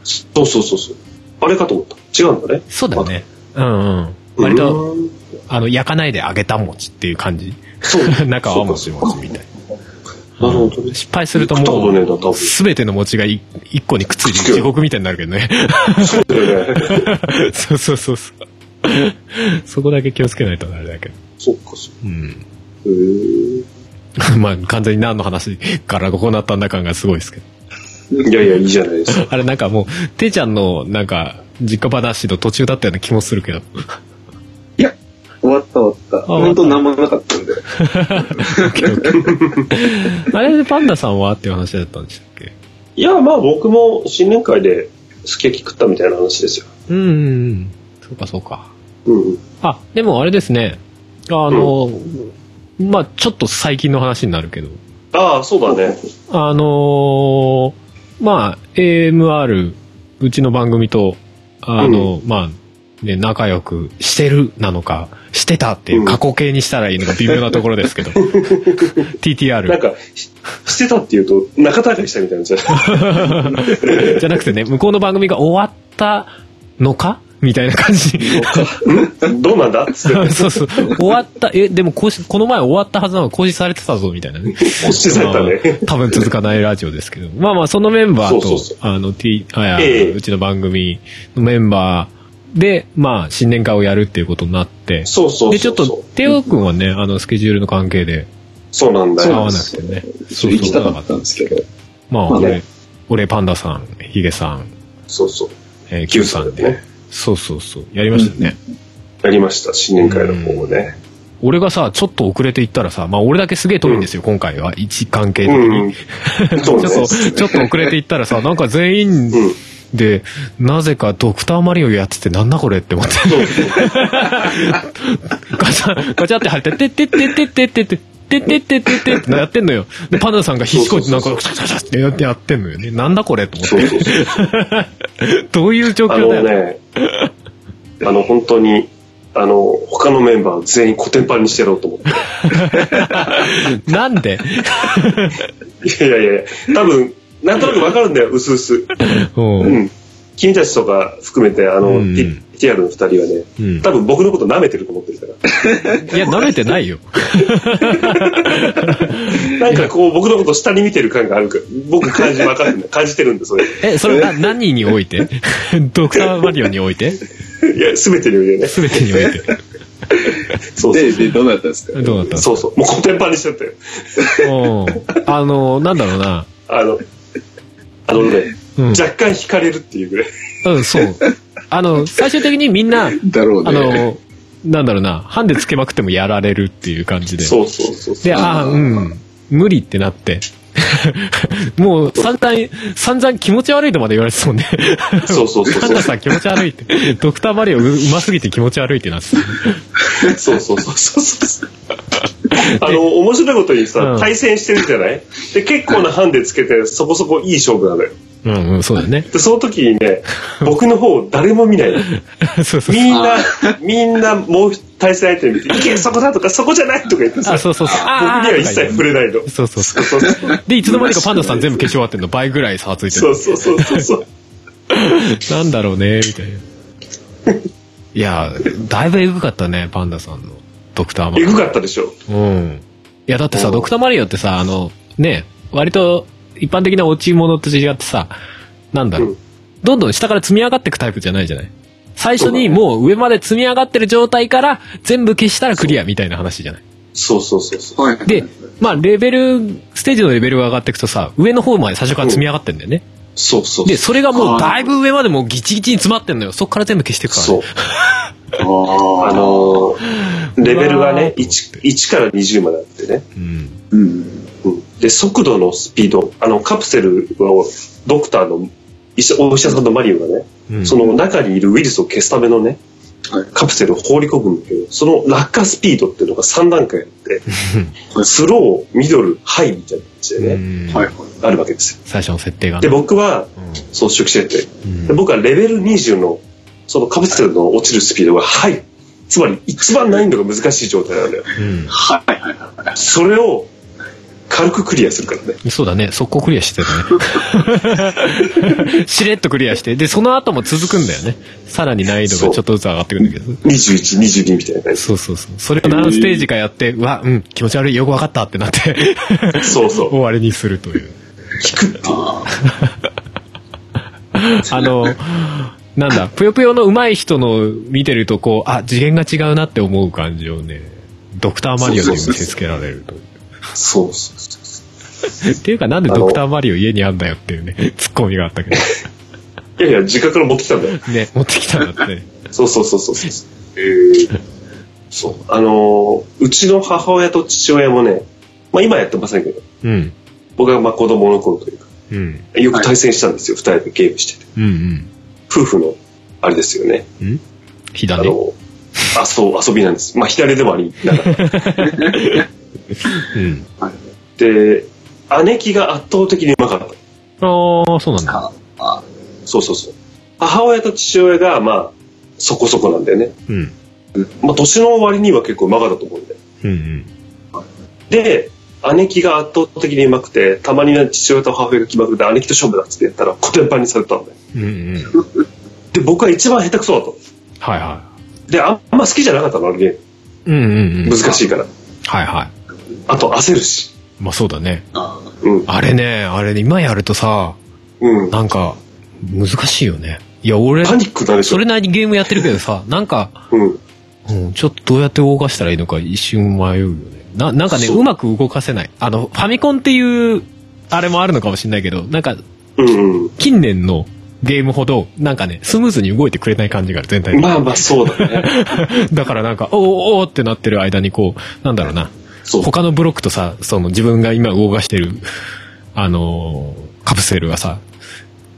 E: そうそうそうそう。あれかと思った。違うんだね。
C: そうだよね。うんうん。割と、
E: うーん。
C: あの、焼かないで揚げた餅っていう感じ。
E: そう。な
C: 中はもちもちみたい。
E: るほどね。
C: 失敗すると
E: 食ったこ
C: も
E: とねえな多
C: う、
E: 分
C: すべての餅がい一個にくっつい
E: くっつく
C: て地獄みたいになるけどね。
E: そうだよね。
C: そうそうそうそう。そこだけ気をつけないとあれだけど。
E: そっか、そっか。
C: うん。
E: へー
C: まあ、完全に何の話からここなったんだ感がすごいですけど。
E: いやいや、いいじゃないですか。
C: あれなんかもう、ていちゃんのなんか、実家話の途中だったような気もするけど。
D: いや、終わった終わった。
C: 終わ
D: 本
C: った
D: 当何もなかったんで。
C: あれでパンダさんはっていう話だったんでしたっけ
E: いや、まあ僕も新年会で、すき焼き食ったみたいな話ですよ。
C: うんうんうん。そうかそうか。
E: うん。
C: あ、でもあれですね。あの、まあちょっと最近の話になるけど。
E: ああ、そうだね。
C: あのーまあ AMR、うちの番組と、あの、まあ、ね、仲良くしてるなのか、してたっていう過去形にしたらいいのか微妙なところですけ ど。
E: なん
C: TTR。
E: か、ししてたっていうと、仲違いしたみたいなんじゃない
C: じゃなくてね、向こうの番組が終わったのかみたいな感 じ。
E: んどうなんだつって、
C: そうそう。終わった、え、でも更新、この前終わったはずなのに更新されてたぞ、みたいなね。
E: おっしゃったね。
C: 多分続かないラジオですけど。まあまあ、そのメンバーと、
E: そうそう
C: あの、T、あいや
E: ええ
C: うちの番組のメンバーで、まあ、新年会をやるっていうことになって、
E: そうそうそうそう。
C: で、ちょっと、テオ君はね、あの、スケジュールの関係で
E: そうなんだ
C: 合
E: よ。
C: わなくてね。
D: そう行きたかったんですけど。
C: まあ、
D: まあね
C: 俺、俺、パンダさん、ヒゲさん、
E: そうそう。
C: えー、Q さんで
E: ね、。
C: そうそうそう、やりましたよね。
E: やりました、新年会の方もね。
C: 俺がさ、ちょっと遅れて行ったらさ、まあ俺だけすげえ遠いんですよ、今回は。位置関係的に。
E: うん。そう
C: ちょ
E: ね
C: っ。と、ちょっと遅れて行ったらさ、なんか全
E: う
C: 員
E: ん。
C: で、なぜかドクターマリオやっててなんだこれって思って。
E: そうそう
C: ガチャ、ガチャって入って、てってってってってって。てってってってってってやってんのよ。で、パンダさんが必死こいてなんか、シャシャシャってやってやってんのよね。なんだこれと思
E: そうそうそう。
C: って。どういう状
E: あ
C: 況だ
E: の
C: よ。
E: ね、あの、本当に、あの、他のメンバー全員コテンパンにしてやろうと思って。
C: なんで
E: いやいやいや、多分、なんとなくわかるんだよ、うすうす。
C: う。
E: うんん。君たちとか含めて、あの、
B: うん
E: ティ TR の二人はね、
B: うん
E: 多分僕のこと舐めてると思ってるから。
B: いや、慣れてないよ。
E: なんかこう、僕のこと下に見てる感があるから、僕感じ分か るんだ。感じてるんだ、それ。
B: え、それな、何においてドクターマリオにおいて
E: いや、すべての上でね。
B: すべてにおいて。
E: そうそう
D: で、で、どうなったんですか
B: どうだったんです
E: そうそう。もうコテンパンにしちゃったよ。
B: かうん。あの、なんだろうな。
E: あの、あのね、
B: うん
E: 若干惹かれるっていうぐらい。
B: うん、そう。あの、最終的にみんな、
D: だろう
B: あ
D: ね。
B: の、なんだろうな、ハンデつけまくってもやられるっていう感じで。
E: そうそうそうそう。
B: で、ああ、うん、無理ってなって。 もう散々、散々気持ち悪いとまで言われてたもんね。
E: そうそうそう
B: カンナさん気持ち悪いって。ドクターマリオううますぎて気持ち悪いってなってた。
E: そうそうそうそうそう。 あの、面白いことに
B: う
E: さ
B: ん、
E: 対戦してるじゃないで、結構なハンデつけて、そこそこいい勝負なのよ。
B: うんうん、そうだね。
E: で、その時に ね、僕の方誰も見ないの。
B: そうそうそう。
E: みんな、みんなもう対戦相手見て、いけ、そこだとか、そこじゃないとか言ってさ
B: あ、、そうそうそう。
E: 僕に
B: あー
E: は一切触れないの。
B: そうそうそ
E: そうそうそう
B: う。で、いつの間にかパンダさん全部消し終わってんの倍ぐらい差ついて
E: そ
B: る
E: う。そうそうそう そう。
B: なんだろうね、みたいな。 いや、だいぶエグかったね、パンダさんのドクターマ
E: え
B: リオ
E: ぐ。かったでしょ。
B: うん。いや、だってさ、
E: うん
B: ドクターマリオってさ、あの、ね、割と一般的な落ち物と違ってさ、なんだろう、
E: うん
B: どんどん下から積み上がっていくタイプじゃないじゃない最初にもう上まで積み上がってる状態から全部消したらクリアみたいな話じゃない
E: そうそうそうそう。
D: はいはい
B: で、まあレベル、ステージのレベルが上がっていくとさ、上の方まで最初から積み上がってんだよね。
E: そうそう
B: で、それがもうだいぶ上までもうギチギチに詰まってんのよ。そっから全部消していくから、
E: そう
B: ね。。
E: あ
D: あの、
E: のーレベルが
B: うわ
E: ね
B: ー
E: 1、1から20まであってね。
B: うん。
D: うん。
E: うんで、速度のスピード、あの、カプセルをドクターの、医者お医者さんのマリオがね、
B: うん
E: その中にいるウイルスを消すためのね、
D: はい
E: カプセルを放り込むんだけど、その落下スピードっていうのが3段階あって、スロー、ミドル、ハイみたいな感じでね、
B: うん
D: はいはい。
E: あるわけですよ。
B: 最初の設定が
E: で、
B: ね。
E: 僕は、
B: うん
E: そう、縮小って、
B: うん
E: で僕はレベル20の、そのカプセルの落ちるスピードが、はい。つまり、一番難易度が難しい状態なんだよ。
B: うん
D: はいはいはい。
E: それを、軽くクリアするからね。
B: そうだね、速攻クリアして たね。しれっとクリアして。で、その後も続くんだよね。さらに難易度がちょっとずつ上がってくるんだけど。
E: 21、22みたいな感じ。
B: そうそうそう。それを何ステージかやって、うわ、うん、気持ち悪い、よくわかったってなって、
E: そうそう
B: 終。わりにするという。
E: 聞くっていう。
B: あの、なんだ、ぷよぷよの上手い人の見てると、こう、あ、次元が違うなって思う感じをね、ドクターマリオに見せつけられるという。
E: そうそうそう
B: っていうか、なんでドクターマリオ家にあんだよっていうね、ツッコミがあったけど。
E: いやいや、実家から持ってきたんだよ。
B: ね、持ってきたなって。
E: そうそうそうそうそう。えーそう。あのーうちの母親と父親もね、まあ今やってませんけど、
B: うん。
E: 僕がまあ子供の頃というか、
B: うん。
E: よく対戦したんですよ、二、人でゲームしてて。
B: うんうん。
E: 夫婦の、あれですよね。
B: ん火
E: あ
B: だね。
E: の、あ、そう、遊びなんです。まあ、左でもありながら。
B: うん。
E: で、姉貴が圧倒的にうまかった。
B: ああ、そうなんだ。
D: ああ、
E: そうそうそう。母親と父親が、まあ、そこそこなんだよね。
B: うん。
E: まあ、年の割には結構うまかったと思うんで。
B: うんうん。
E: で、姉貴が圧倒的にうまくて、たまには父親と母親が気まぐれで姉貴と勝負だっつってやったら、コテンパンにされたのね。
B: うんうん。
E: で、僕は一番下手くそだと。
B: はいは
E: で、あんあんま好きじゃなかったの、あのゲー
B: い。うんうんうん
E: ム。。難しいから。
B: はいはい。
E: あと、焦るし。
B: まあそうだね。
D: あ
E: うん。
B: あれね、あれね、今やるとさ、
E: うん。
B: なんか、難しいよね。いや、俺、
E: パニックになるでし
B: そ
E: ょ
B: れ。なりにゲームやってるけどさ、なんか、
E: うん。
B: うん、ちょっとどうやって動かしたらいいのか一瞬迷うよね。な、なんかね、
E: そう
B: うまく動かせない。あの、ファミコンっていう、あれもあるのかもしれないけど、なんか、
E: うんうん。
B: 近年のゲームほど、なんかね、スムーズに動いてくれない感じがある、全体的に。
E: まあまあ、そうだ ね。
B: だからなんか、おーおーおーってなってる間にこう、なんだろうな。
E: そう。
B: 他のブロックとさ、その自分が今動かしてる、あのーカプセルがさ、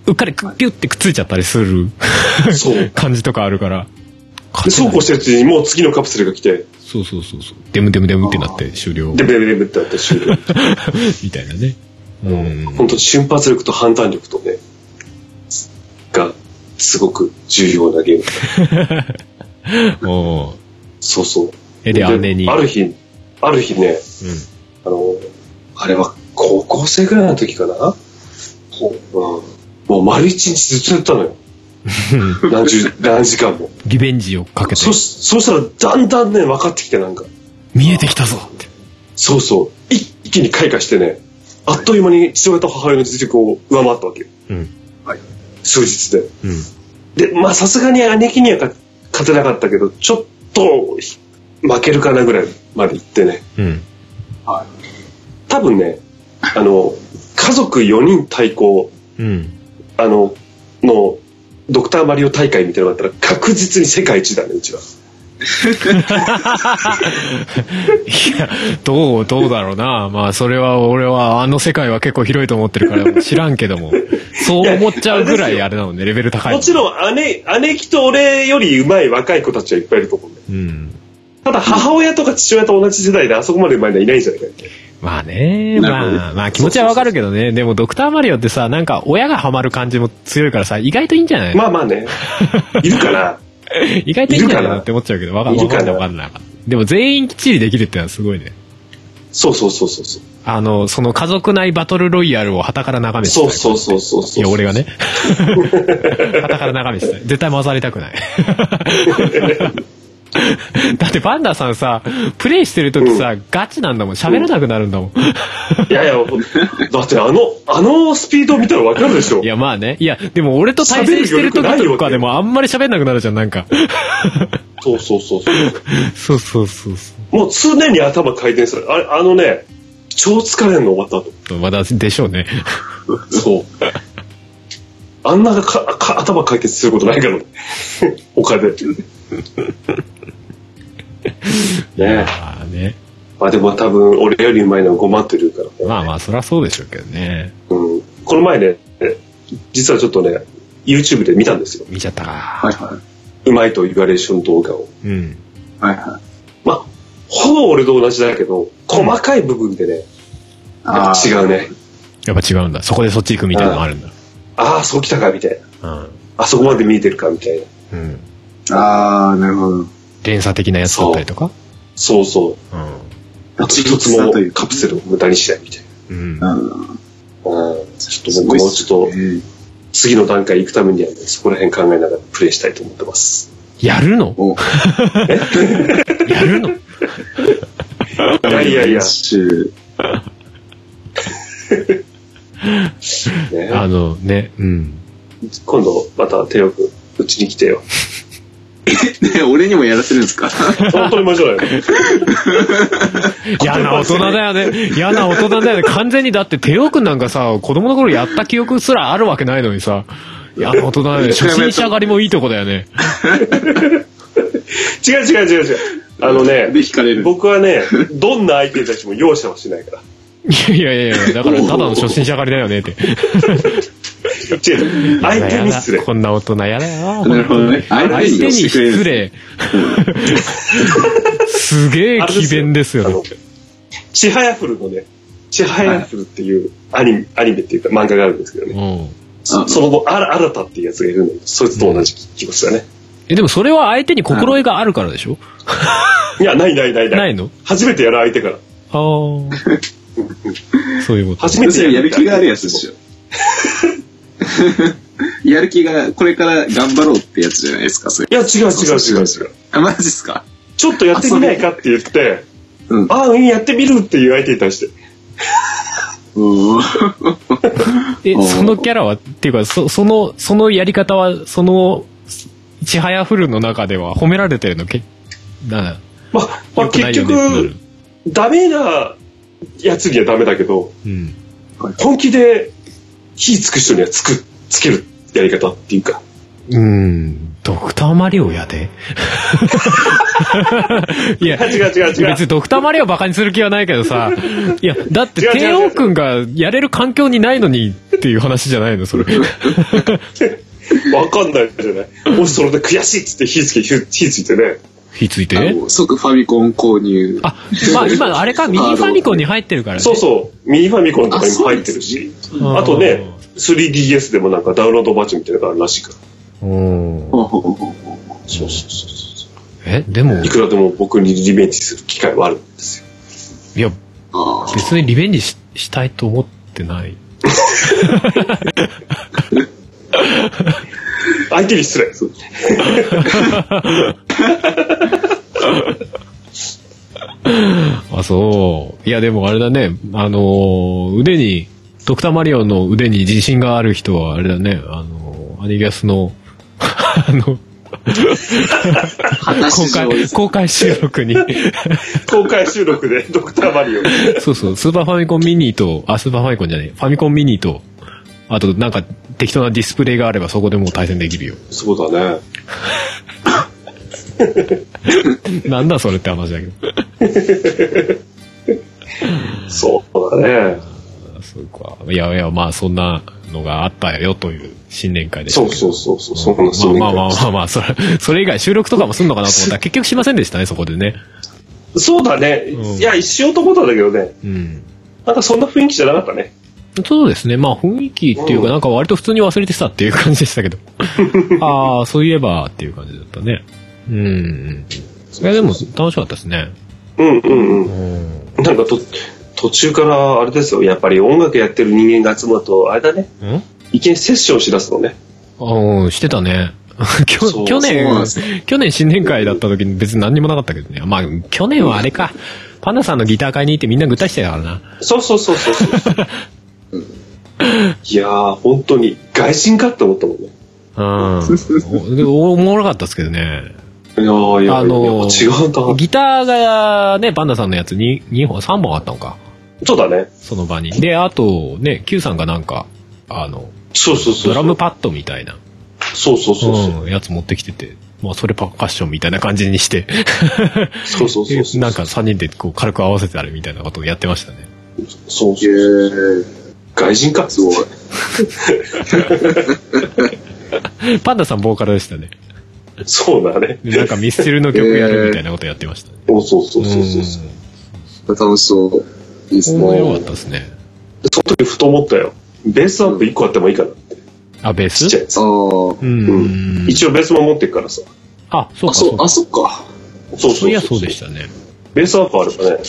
B: うっかりくピュってくっついちゃったりする
E: そう。
B: 感じとかあるから。
E: で、そうこうしてるうちにもう次のカプセルが来て、
B: そうそうそうそう。デムデムデムってなって終了
E: で、ベレベレってなって終 了。
B: みたいなね。うん。
E: 本当に瞬発力と判断力とね、が、すごく重要なゲーム。
B: おー
E: そうそう。
B: え、で、姉に。
E: ある日、ある日ね、あの、あれは高校生ぐらいの時かな、うん、もう丸一日ずっとやったのよ。 何十、何時間も。
C: リベンジをかけて
E: そ、し、そうしたらだんだんね、分かってきてなんか、
C: 見えてきたぞって。
E: そうそう、一一気に開花してね、あっという間に父親と母親の実力を上回ったわけよ。
C: うん。
E: 数日で。
C: うん。
E: で、まあさすがに姉貴にはか勝てなかったけど、ちょっとひ負けるかなぐらいまで行ってね。
C: うん。
E: 多分ね、あの、家族4人対抗、
C: うん。
E: あの、の、ドクターマリオ大会みたいなのがあったら確実に世界一だね、うちは。
C: いや、どう、どうだろうな。まあ、それは、俺は、あの世界は結構広いと思ってるから、知らんけども。そう思っちゃうぐら い、あれなのね、レベル高い。
E: もちろん姉、姉貴と俺より上手い若い子たちはいっぱいいると思うんだよ。
C: ん。うん。
E: ただ母親とか父親と同じ世代であそこまで上手いのはいないんじゃないかって。
C: まあね、
D: なるほどね
C: まあ、まあ気持ちはわかるけどね。でも、ドクターマリオってさ、なんか、親がハマる感じも強いからさ、意外といいんじゃない、
E: まあまあ ね、いるから、
C: 意外といいんじゃないのって思っちゃうけど、わかん
E: い
C: わ
E: る
C: か
E: か
C: んな
E: ない
C: わかんない。でも、全員きっちりできるってのはすごいね。
E: そうそうそうそうそう。
C: あの、その家族内バトルロイヤルを旗から眺めてたい
E: そうそうそうそうそう。
C: いや、俺がね。 肩から眺めてた。絶対混ざりたく ない。だってパンダさんさ、プレイしてる時さ、ガチなんだもん。喋らなくなるんだもん。
E: いやいや、だってあの、あのスピード見たらわかるでしょ。
C: いや、まあね。いや、でも俺と対戦してる時とかでもあんまり喋んなくなるじゃん、なんか。
E: そうそうそうそう。
C: そうそうそうそ
E: もう常に頭回転する。あれ、あのね、超疲れんの終わった後。
C: う。まだでしょうね。
E: そう。 あんなかか頭回転することない からね。他で。ねえ
C: まあね。
E: まあでも多分俺よりうまいのは5万といるからね。
C: まあまあ、そりゃそうでしょうけどね。
E: うん、この前ね、実はちょっとね、YouTube で見たんですよ。
C: 見ちゃったか。
D: はいは
E: うまいと言われる人の動画を。
C: うん。
D: い。はいはい。
E: まあ、ほぼ俺と同じだけど、細かい部分でね、やっぱ違うね。
C: やっぱ違うんだ。そこでそっち行くみたいなのあるんだ。
E: ああ、そうきたか、みたいな。
C: うん。
E: あそこまで見えてるか、みたいな。
C: うん。
D: あー、なるほど。
C: 連鎖的なやつだったりとか。
E: そうそう。
C: うん。
E: 一つもカプセルを無駄にしないみたいな。
C: うん。
D: うん。
E: うん、ちょっと僕もちょっと
D: え
E: 次の段階行くためにはね、そこら辺考えながらプレイしたいと思ってます。
C: やるの
D: お、
C: やるの
E: いやいやいや、
D: 週、
E: ね、
C: あのね、うん。
E: 今度また手をくうちに来てよ。
D: ね、 俺にもやらせるんですか
E: 本当に面白いよ。
C: 嫌な大人だよね。嫌な大人だよね。完全にだって、テオくんなんかさ、子供の頃やった記憶すらあるわけないのにさ、嫌な大人だよね。初心者狩りもいいとこだよね。
E: 違う違う違う違う。あのね
D: で、、惹かれる。
E: 僕はね、どんな相手たちも容赦はしないから。
C: いやいやいや、だからただの初心者狩りだよねって。
E: 違う。相手に失礼。
C: こんな大人やだよ。
D: なるほどね。
C: 相
D: 相手
C: 手
D: に
C: に
D: 寄せてくれるん
C: 失
D: ですね。
C: 礼。すげえ
E: あれ
C: 奇弁ですよ
E: あの
C: ね。
E: ちはやふるのね、ちはやふるっていうアニメ、アニメっていうか漫画があるんですけどね。
C: うん。
E: そその後、あら、新たっていうやつがいるんだけど、そいつと同じ気持ちだね。
C: え、でもそれは相手に心得があるからでしょ
E: いや、ないないないない。
C: ないの
E: 初めてやる相手から。
C: ああ。そういうこと。
E: 初めて
D: やる気があるやつでしょ。 やる気が、これから頑張ろうってやつじゃないですか、それ
E: い。や、違う違う違う違う。
D: あ、マジっすか
E: ちょっとやってみないかって言って、
D: うん。
E: ああ、うん、やってみるっていう相手に対して。
D: うー
C: え、
D: うん
C: そのキャラは、っていうか、そ、その、そのやり方は、その、ちはやふるの中では褒められてるのけ、な、
E: まあ、まあ、
C: 良くな
E: 結
C: いよねってなる
E: 局、ダメなやつにはダメだけど、
C: うん。
E: 本気で火つく人にはつく、つけるやり方っていうか。
C: うん、ドクターマリオやで。いや、
E: 違う違う違う。
C: 別にドクターマリオバカにする気はないけどさ、いや、だって
E: 違う違う違う
C: 帝王くんがやれる環境にないのにっていう話じゃないの、それ。
E: わかんないじゃない。もしそれで悔しいっつって火つけ、火火ついてね。
C: 火つい
D: あ
C: て
D: の 即ファミコン購入。
C: あ、まあ今、あれか、ミニファミコンに入ってるからね。
E: そうそう。ミニファミコンとかにも入ってるし。
C: うん
E: あとね、3DS でもなんかダウンロードバージョンみたいなのがあるらしいから。
C: うん。
D: ほうほうほうほう
E: そうそうそうそう。
C: え、でも
E: い、くらでも僕にリベンジする機会はあるんですよ。
C: いや、
D: あー
C: 別にリベンジししたいと思ってない。
E: 相手に失礼。
D: そう
B: あ、そう。いや、でもあれだね。あのー腕に、ドクターマリオの腕に自信がある人は、あれだね。あのーアニギャスの、あの、公
D: 話上で
B: 開、
D: す
B: 公開収録に、
E: 公開収録で ドクターマリオ。
B: そうそう、スーパーファミコンミニと、あ、スーパーファミコンじゃねえ、ファミコンミニと、あとなんか適当なディスプレイがあればそこでもう対戦できるよ。
E: そうだね。
B: なんだそれって話だけど。
E: そうだね。
B: そうか。いやいや、まあそんなのがあったよという新年会でした
E: そ
B: け
E: う
B: ど。
E: そうそうそう。そんなそう
B: まあまあまあまあまあ、それ、 それ以外収録とかもすんのかなと思ったら結局しませんでしたね、そこでね。
E: そうだね。
B: うん
E: いや、しようと思ったんだけどね。
B: うん。
E: なんかそんな雰囲気じゃなかったね。
B: そうですね。まあ雰囲気っていう
E: う
B: か、
E: ん
B: なんか割と普通に忘れてたっていう感じでしたけど。ああ、そういえばっていう感じだったね。うん。いやでも楽しかったですね。
E: うんうんうん。
B: うん。
E: なんかと、途中からあれですよ。やっぱり音楽やってる人間が集まると、あれだね。
B: うん
E: 意見セッションしだすのね。
B: うん、してたね。 きょ
E: そう
B: 去
D: そう
B: 年
D: なんですよ。
B: 去年新年会だった時に別に何にもなかったけどね。まあ、去年はあれか。パンダさんのギター買いに行ってみんなぐったりしてたからな。
E: そうそうそうそうそう。 いやー、本当に外人かって思ったもんね。
B: うん。でおおもろかったですけどね。
E: いやー、いや、
B: あのー
E: いや違うんだ。
B: ギターがね、パンダさんのやつに2本、3本あったのか。
E: そうだね。
B: その場に。で、あと、ね、Q さんがなんか、あの、
E: そうそうそうそう。
B: ドラムパッドみたいな、
E: そうそうそうそう。
B: うん、やつ持ってきてて、まあ、それパーカッションみたいな感じにして、
E: そうそうそうそう。
B: なんか3人でこう軽く合わせてあれみたいなことをやってましたね。
E: そう
D: へ
E: そう。
D: ー
E: 外人か
D: すごい。
B: パンダさんボーカルでしたね。
E: そうだね。
B: でなんかミスチルの曲やるみたいなことやってましたね。
E: そうそうそうそうそう。そ
D: 楽しそう。いいっす
B: うん。面白かっ
D: ね
B: た。ですね。
E: の時ふと思ったよ。ベースアップ1個あってもいいかなって。
B: あ、ベー
E: ちっちゃい
B: ス
E: やつ
D: あ。ー
B: う
E: うん
B: ん。
E: 一応ベースも持ってるからさ。
B: あ、そう
D: あ、
B: か、
D: そ
B: そう
D: う、
B: か
D: あ、。そ
E: そ
D: っか。
E: う
B: そ
E: そうう
B: いや、
E: そ
B: そううでしたね。
E: ベースアップあればね、
D: はい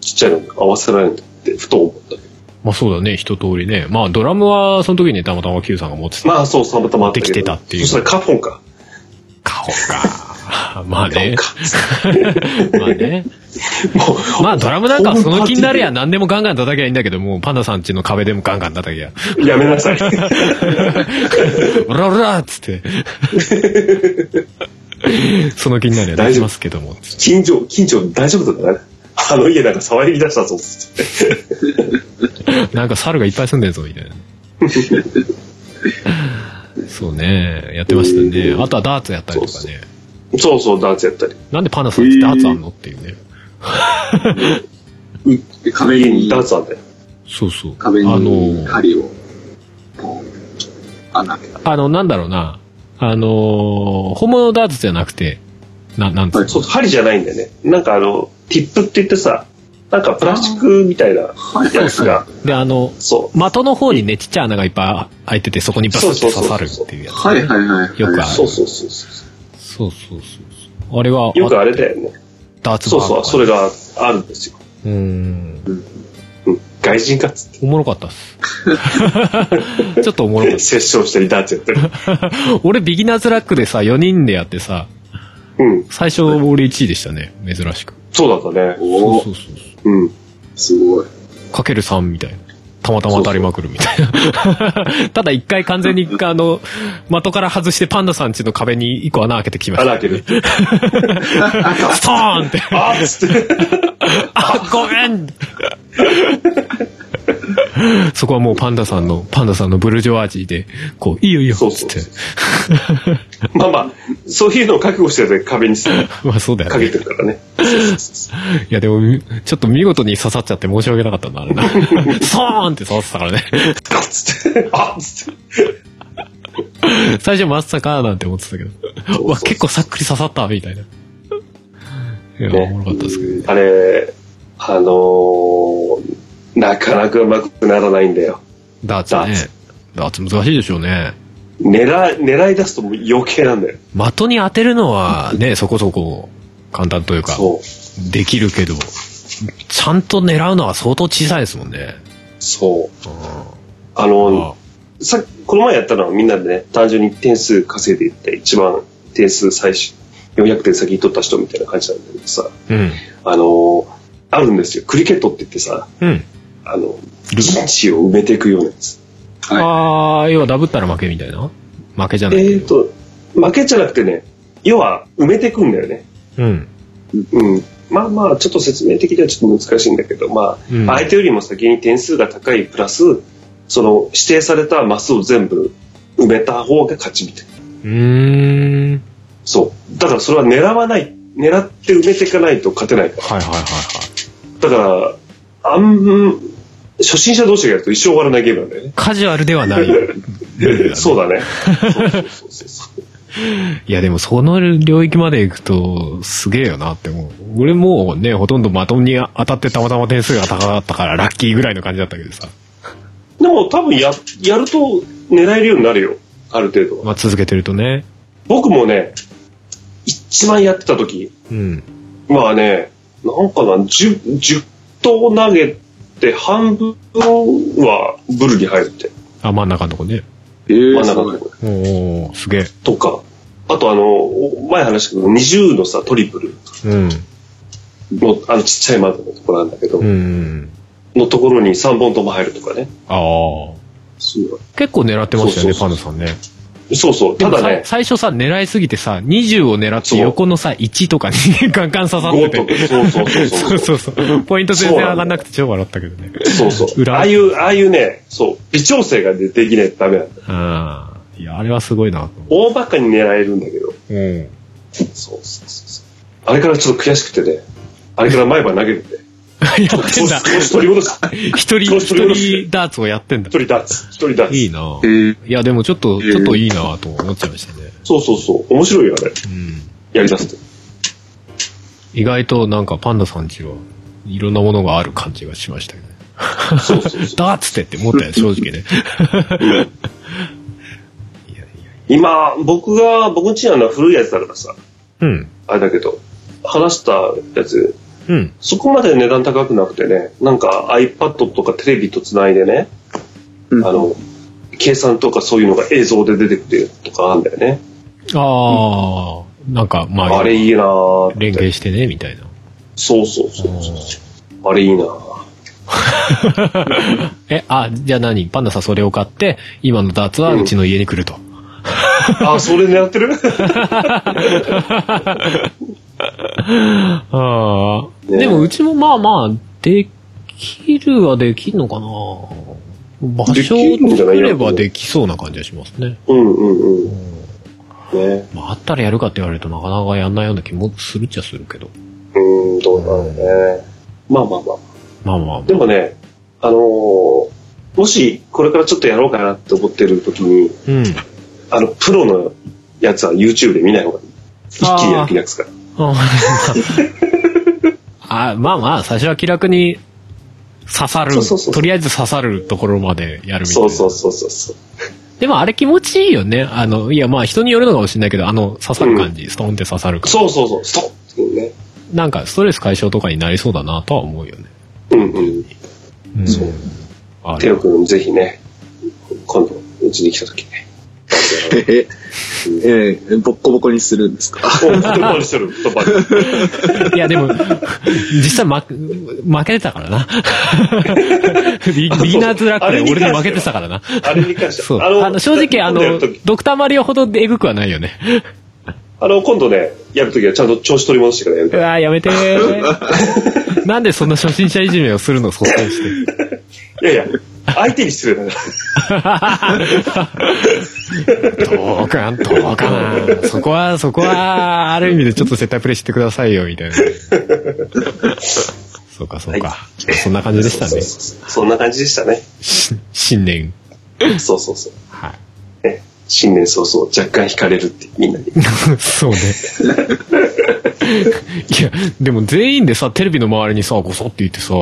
E: ちっちゃいの合わせられるってふと思った。
B: まあそうだね、一通りね。まあドラムはその時にたまたま Q さんが持ってた。
E: まあそう、たまたまあったけど
B: できてたっていう
E: そしたらカフォンか。
B: 顔か。 まあ
E: カフォ
B: ね
E: ン。か。
B: まあね。
E: もう
B: まあドラムなんかその気になるや
E: ん。
B: 何でもガンガン叩きゃいいんだけど、もうパンダさんちの壁でもガンガン叩きゃ。
E: やめなさい。
B: オラオラっつって。その気になるやできますけども。
E: 近所、近所大丈夫だったかなあの家なんか騒ぎ出したぞ、つって。
B: なんか猿がいっぱい住んでるぞ、みたいな。 そうね。やってましたね。あとはダーツやったりとか
E: そう
B: ね。
E: そうそう、ダンスやったり。
B: なんでパンダさんってダーツあんのっていうね。
D: 壁に
E: ダンスあんだよ。
B: そうそう。あ
D: 壁
B: の、
D: に針を、ポン穴開けた。
B: あの、なんだろうな。あの、本物のダーツじゃなくて、な、なんつうの
E: そう、針じゃないんだよね。なんかあの、ティップって言ってさ、なんかプラスチックみたいな
D: はい
E: やつが、
B: で、あの、
E: そう。
B: 的の方にね、ちっちゃい穴がいっぱい開いてて、そこにバスって刺さるっていうやつ。
D: はいはいはい。
B: よくある
E: そうそうそうそ
B: そうそうそうそう。あれは
E: う。、よくあれだよね。
B: ダーツ
E: そ
B: バ
E: う
B: ー
E: そ
B: とか
E: う、それがあるんですよ。
B: うーん。
E: うん。外人かっつって。
B: おもろかったっす。 ちょっとおもろかっ
E: セッションしたりダンスやったり。
B: た。俺、ビギナーズラックでさ、4人でやってさ、
E: うん。
B: 最初俺1位でしたね。珍しく。
E: そうだったね。
D: お
B: そうそ
D: お
B: うそうそ
E: うん。
D: すごい。
B: う。かける3みたいな。たまたま当たりまくるみたいな。 ただ一回完全に、あの、的から外してパンダさんちの壁に一個穴開けてきました。
E: 穴開ける。
B: ストーンって。
E: あーっつって。
B: あ、ごめ んそこはもうパンダさんの、パンダさんのブルジョワジーで、こう、いいよいいよ、
E: そう
B: つ
E: そ
B: っ
E: う
B: て
E: そう。まあまあ、そういうのを覚悟してて壁にか
B: まあそうだよ
E: け
B: ね。
E: てるからね。
B: いやでも、ちょっと見事に刺さっちゃって申し訳なかったんだ、あれな。ソーンって刺さってたからね。
E: ガッつって。あーっつって。
B: 最初まさかなんて思ってたけど。
E: う そう
B: うわ、結構さっくり刺さった、みたいな。いや、おもろかったですけどね。
E: あれ、あのー、なかなかうまくならないんだよ。
B: ダーツね。ダーツ難しいでしょうね。
E: 狙い、狙い出すともう余計なんだよ。
B: 的に当てるのはね、そこそこ簡単というか。
E: そう。
B: できるけど、ちゃんと狙うのは相当小さいですもんね。
E: そう。
B: うん
E: あの、さ、この前やったのはみんなでね、単純に点数稼いでいって、一番点数最終、400点先に取った人みたいな感じなんだけどさ、
C: うん。
E: あのーあるんですよ。クリケットって言ってさ、
C: うん。
E: あの、陣地を埋めていくようなやつ。
D: はい
C: ああ、要はダブったら負けみたいな負けじゃない。
E: えっ、ー、と、負けじゃなくてね、要は埋めていくんだよね。
C: うん。
E: うん。まあまあ、ちょっと説明的にはちょっと難しいんだけど、まあ、
C: うん
E: 相手よりも先に点数が高いプラス、その指定されたマスを全部埋めた方が勝ちみたいな。
C: うーん。
E: そう。だからそれは狙わない。狙って埋めていかないと勝てないから。
C: はいはいはいはい。
E: だから、あん、初心者同士がやると一生終わらないゲームなんだよね。
C: カジュアルではない。
E: そうだね。 そうそうそうそう
C: いやでもその領域まで行くとすげえよなって思う。俺もうね、ほとんどまともに当たってたまたま点数が高かったからラッキーぐらいの感じだったけどさ。
E: でも多分や、やると狙えるようになるよ。ある程度は。
C: まあ続けてるとね。
E: 僕もね、一番やってた時、
C: うん。
E: まあね、なんかな、10、10投投げて半分はブルに入るって。
C: あ、真ん中のとこね。
D: え
E: 真
D: ー、
E: ん
D: す
E: 中
D: ご
E: の
D: い
E: とこと
C: おーおーすげえ。
E: とか。あとあの、前話したけど、20のさ、トリプル
C: うん。
E: の、あのちっちゃい窓のところなんだけど、
C: うん。
E: のところに3本とも入るとかね。
C: ああ。
D: そう
C: 結構狙ってましたよね、
E: そ
C: パ
E: う
C: ン
E: そう
C: ダさんね。
E: そうそう。
C: で
E: た
C: も
E: だ
C: さ
E: ね、
C: 最初さ、狙いすぎてさ、20を狙っ
E: そ
C: て
E: う
C: 横のさ、1とかに ガンガン刺さって
E: 5とか、そ
C: て。
E: うそうそうそうう。
C: そそうそう。ポイント全然
E: そうな
C: 上
E: んだよ
C: がんなくて超笑ったけどね。
E: そうそう。
C: 裏
E: ああいう、ああいうね、そう、微調整がでできないとダメなんだ。
C: ああ。いや、あれはすごいなと思
E: 大バカに狙えるんだけど、
C: う。うん。
E: そうそうそうそう。あれからちょっと悔しくてね、あれから毎晩投げるんで。
C: やってんだ。
E: 一人戻す。一
C: 一人、一人ダーツをやってんだ。
E: 人ダーツ。一人ダーツ。
C: いいな
D: えー、
C: いや、でもちょっと、
D: えー
C: ちょっといいなと思っちゃいましたね。
E: そうそうそう。面白いよ、あれ。
C: うん。
E: やりだすと。
C: 意外となんかパンダさんちはいろんなものがある感じがしましたけどね。
E: そうそうそう。
C: ダーツってって思ったよ、正直ね。いやいや
E: 今、僕が、僕んちにあるのは古いやつだからさ、
C: うん。
E: あれだけど、話したやつ、
C: うん。
E: そこまで値段高くなくてね、なんか iPad とかテレビとつないでね、
D: うん
E: あの、計算とかそういうのが映像で出てくるとかあんだよね。
C: ああ、なんか、まあ、
E: あれいいなぁ。
C: 連携してね、みたいな。
E: そうそうそうそう。あれいいなぁ。
C: え、あ、じゃあ何パンダさんそれを買って、今のダーツはうちの家に来ると。
E: あ、それ狙ってる
C: ああ。
E: ね
C: でもうちもまあまあ、できるはできんのかな場所を作ればできそうな感じがしますね。
E: うんうんうん。ね。
C: まあ、あったらやるかって言われるとなかなかやんないような気もするっちゃするけど。
E: うーん、どうなのね。まあまあまあ。
C: まあまあま
E: でもね、あのーもしこれからちょっとやろうかなって思ってる時に、
C: あ。うん。
E: あの、プロのやつは YouTube で見ない方がいい。一気に
C: あ
E: や
C: ー
E: る気なくすから。
C: あまあまあ、最初は気楽に刺さる
E: そうそうそう
C: とりあえず刺さるところまでやるみたいな。
E: そうそうそうそうそう。
C: でもあれ気持ちいいよね。あの、いやまあ人によるのかもしれないけど、あの、刺さる感じ、ストンって刺さる感じ。
E: そうそうそう、ストッっていうね。
C: なんかストレス解消とかになりそうだなとは思うよね。
E: うんうん。
C: うん、
E: そう。
C: あ
E: テ
C: れ
E: ロ君ぜひね、今度、うちに来た時ね。
D: えー、えー、ボッコボコにするんで すか
E: お、フットボールしてる、フットボール。
C: いやでも、 実際負負けてたからな。ビビギナーズラックで俺に負けてたからな。
E: あれに関して
C: そう。
E: は
C: あの、正直あ
E: 今度や
C: の
E: る時、
C: ドクターマリオほどえぐくはないよね。
E: あの、今度ね、やるときはちゃんと調子取り戻してからやる
C: う
E: から。
C: わーやめ てー。なんでそんな初心者いじめをするの率先して。
E: いやいや、相手に失礼だから。
C: どうかな、どうかな。そこは、そこは、ある意味でちょっと絶対プレイしてくださいよ、み たいな。そうか、そうか。そんな感じでした
E: そう
C: ね。
E: そうそうそんな感じでしたね。
C: し新年。
E: そうそうそう。
C: はい。
E: ね新年早々若干惹かれるってみんなに。
C: そう ね。いや、でも全員でさ、テレビの周りにさ、ごそって言ってさ、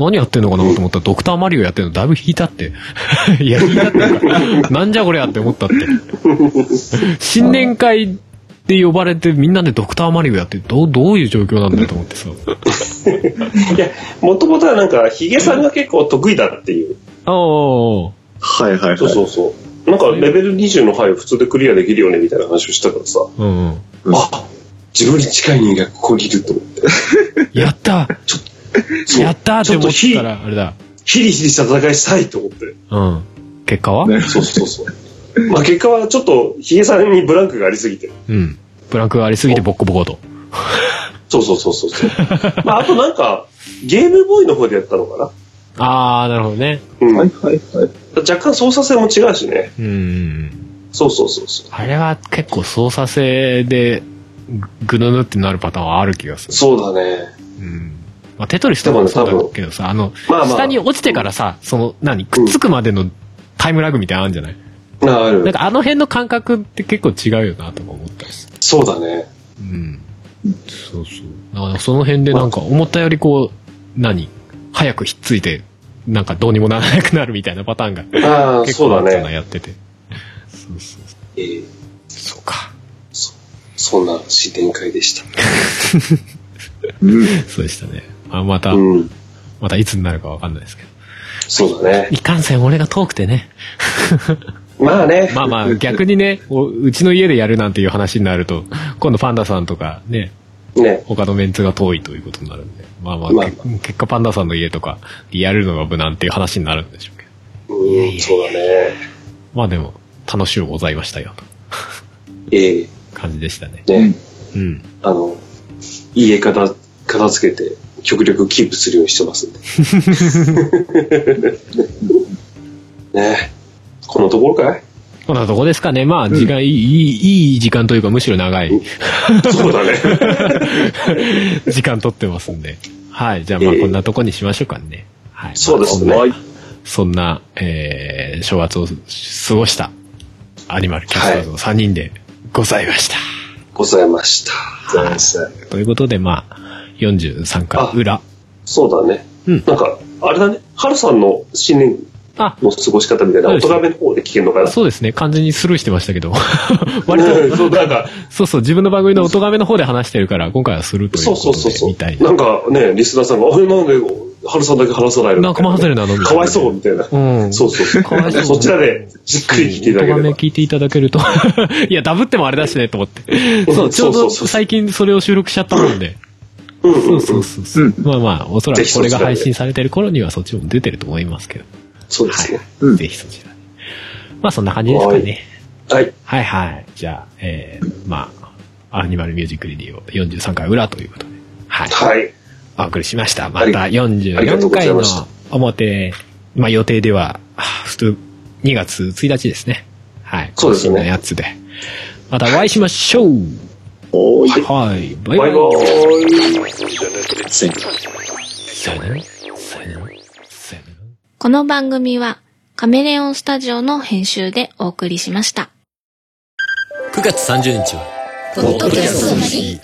C: 何やってんのかなと思ったら、ドクターマリオやってんのだいぶ引いたって。 いや、引いたっていうか、なんじゃこりゃって思ったって。新年会で呼ばれてみんなでドクターマリオやって、どう、どういう状況なんだよと思ってさ。
E: いや、もともとはなんか、ヒゲさんが結構得意だっていう。
C: ああ、
D: はいはいはい。
E: そうそうそう。なんかレベル20の範囲を普通でクリアできるよねみたいな話をしたからさ、
B: うんうん。
D: うん
E: あ自分に近い人間がここにいると思って。
B: やった
E: そう
B: やったーって思っ
E: ちょ
B: た
E: っと
B: ら、あれだ。
E: ヒリヒリした戦いしたいと思って。
B: うん。結果は
D: ね
E: そうそうそう。まあ結果はちょっとヒゲさんにブランクがありすぎて。
B: うん。ブランクがありすぎてボッコボコと。
E: そうそうそうそう そう。まああとなんか、ゲームボーイの方でやったのかな。
B: あー、なるほどね。
E: うん。
D: はいはいはい。
E: 若干操作性も違うしね。
B: うんうんうん。
E: そうそうそうそう。
B: あれは結構操作性で、ぐぐぬぬってなるパターンはある気がする。
E: そうだね。
B: うん。まあ、テトリスとかもそうだけどさ、あの、
E: まあまあ
B: 下に落ちてからさ、その、何、くっつくまでのタイムラグみたいなのあるんじゃない
E: ああ
B: な
E: る
B: ん。かあの辺の感覚って結構違うよな、とか思ったりする。
E: そうだね。
B: うん。そうそう。だからその辺でなんか思ったよりこう、何早くひっついて、なんかどうにもならなくなるみたいなパターンが
E: ああ、
B: 結
E: そう
B: 構
E: だ
B: あったな、
E: ね。
B: やってて。そうそうそう。
E: えー
B: そうか。
E: そんな試展開でした。
D: うん。。
B: そうでしたね。あまた、
E: うん。
B: またいつになるかわかんないですけど。
E: そうだね。
B: いかんせん俺が遠くてね。
E: まあね。
B: まあま あ逆にね、おうちの家でやるなんていう話になると、今度パンダさんとかね、
E: ね。
B: 他のメンツが遠いということになるんで、まあまあ、
E: まあ
B: け結果パンダさんの家とかでやるのが無難っていう話になるんでしょうけど。やい
E: うん、
B: や
E: そうだね。
B: まあでも、楽しゅうございましたよ、と
E: ええ
B: 感じでしたね。
E: ね、
B: うん。
E: あの、家片、片付けて、極力キープするようにしてますんで。 ねこのところかい
B: こんなとこですかね。まあ、時間、いい、いいいい時間というか、むしろ長い
E: そうだね。
B: 時間取ってますんで。はい。じゃあまあ、
E: ええ
B: こんなとこにしましょうかね。はい。
E: そうですね
B: まあそんな、そんなえー、正月を過ごしたアニマルキャスターズの3人でございました。
E: ございました。
B: ということで、まあ、43回
E: あ
B: 裏。
E: そうだね。
B: うん
E: なんか、あれだね。春さんの新年
B: あ、
E: の過ごし方みたいな、
B: そう
E: お
B: です
E: とがめの方で聞けるのかな。
B: そうですね。完全にスルーしてましたけ ど。割と、
E: うんそう、なんか、
B: そうそう、自分の番組の音亀の方で話してるから、今回はスルーという
E: そう
B: こ
E: そう
B: と
E: そう
B: で、
E: そ。
B: みたいう
E: な
B: な。
E: んかね、リスナーさんが、あれなんで、春さんだけ話さないの
B: 仲間外れなのみたいな
E: かわいそう、みたいな。
B: うん。
E: そうそう。
B: かわいそう
E: そちらで、じっくり聞いていただけ
B: 音
E: れ
B: 亀
E: ば。
B: 聞いていただけると。 いや、ダブってもあれだしね、と思って。そう、ちょ
E: そう
B: うど
E: そうそう
B: 最近それを収録しちゃったもんで。
E: うんうん。
B: そううんそうそうそううんまあまあ、おそら
E: ぜ
B: く
E: ひ
B: こ
E: そ
B: れ
E: ちら
B: が
E: で
B: 配信されてる頃にはそっちも出てると思いますけど。
E: そうですね。
D: うん
B: ぜひそちらで。まあそんな感じですかね。
E: はい。
B: はいはい。じゃあ、えー、まあ、アニマルミュージックリディオ43回裏ということで。はい。
E: はい。
B: お送りしました。また
E: ありありがと
B: 44
E: うござ
B: 回
E: い
B: の
E: ました
B: 表、まあ予定では、はあ普通、2月1日ですね。はい。
E: そうですね
B: 更新のやつで。またお会いしましょう。
D: おーい。
B: はい。バイバ
E: バイ
B: イ
E: バ。ーイ。
D: せん
B: さよなら。さよなら。さよなら。
A: この番組はカメレオンスタジオの編集でお送りしました。
F: 9月30日は、
A: ポッドキャストの日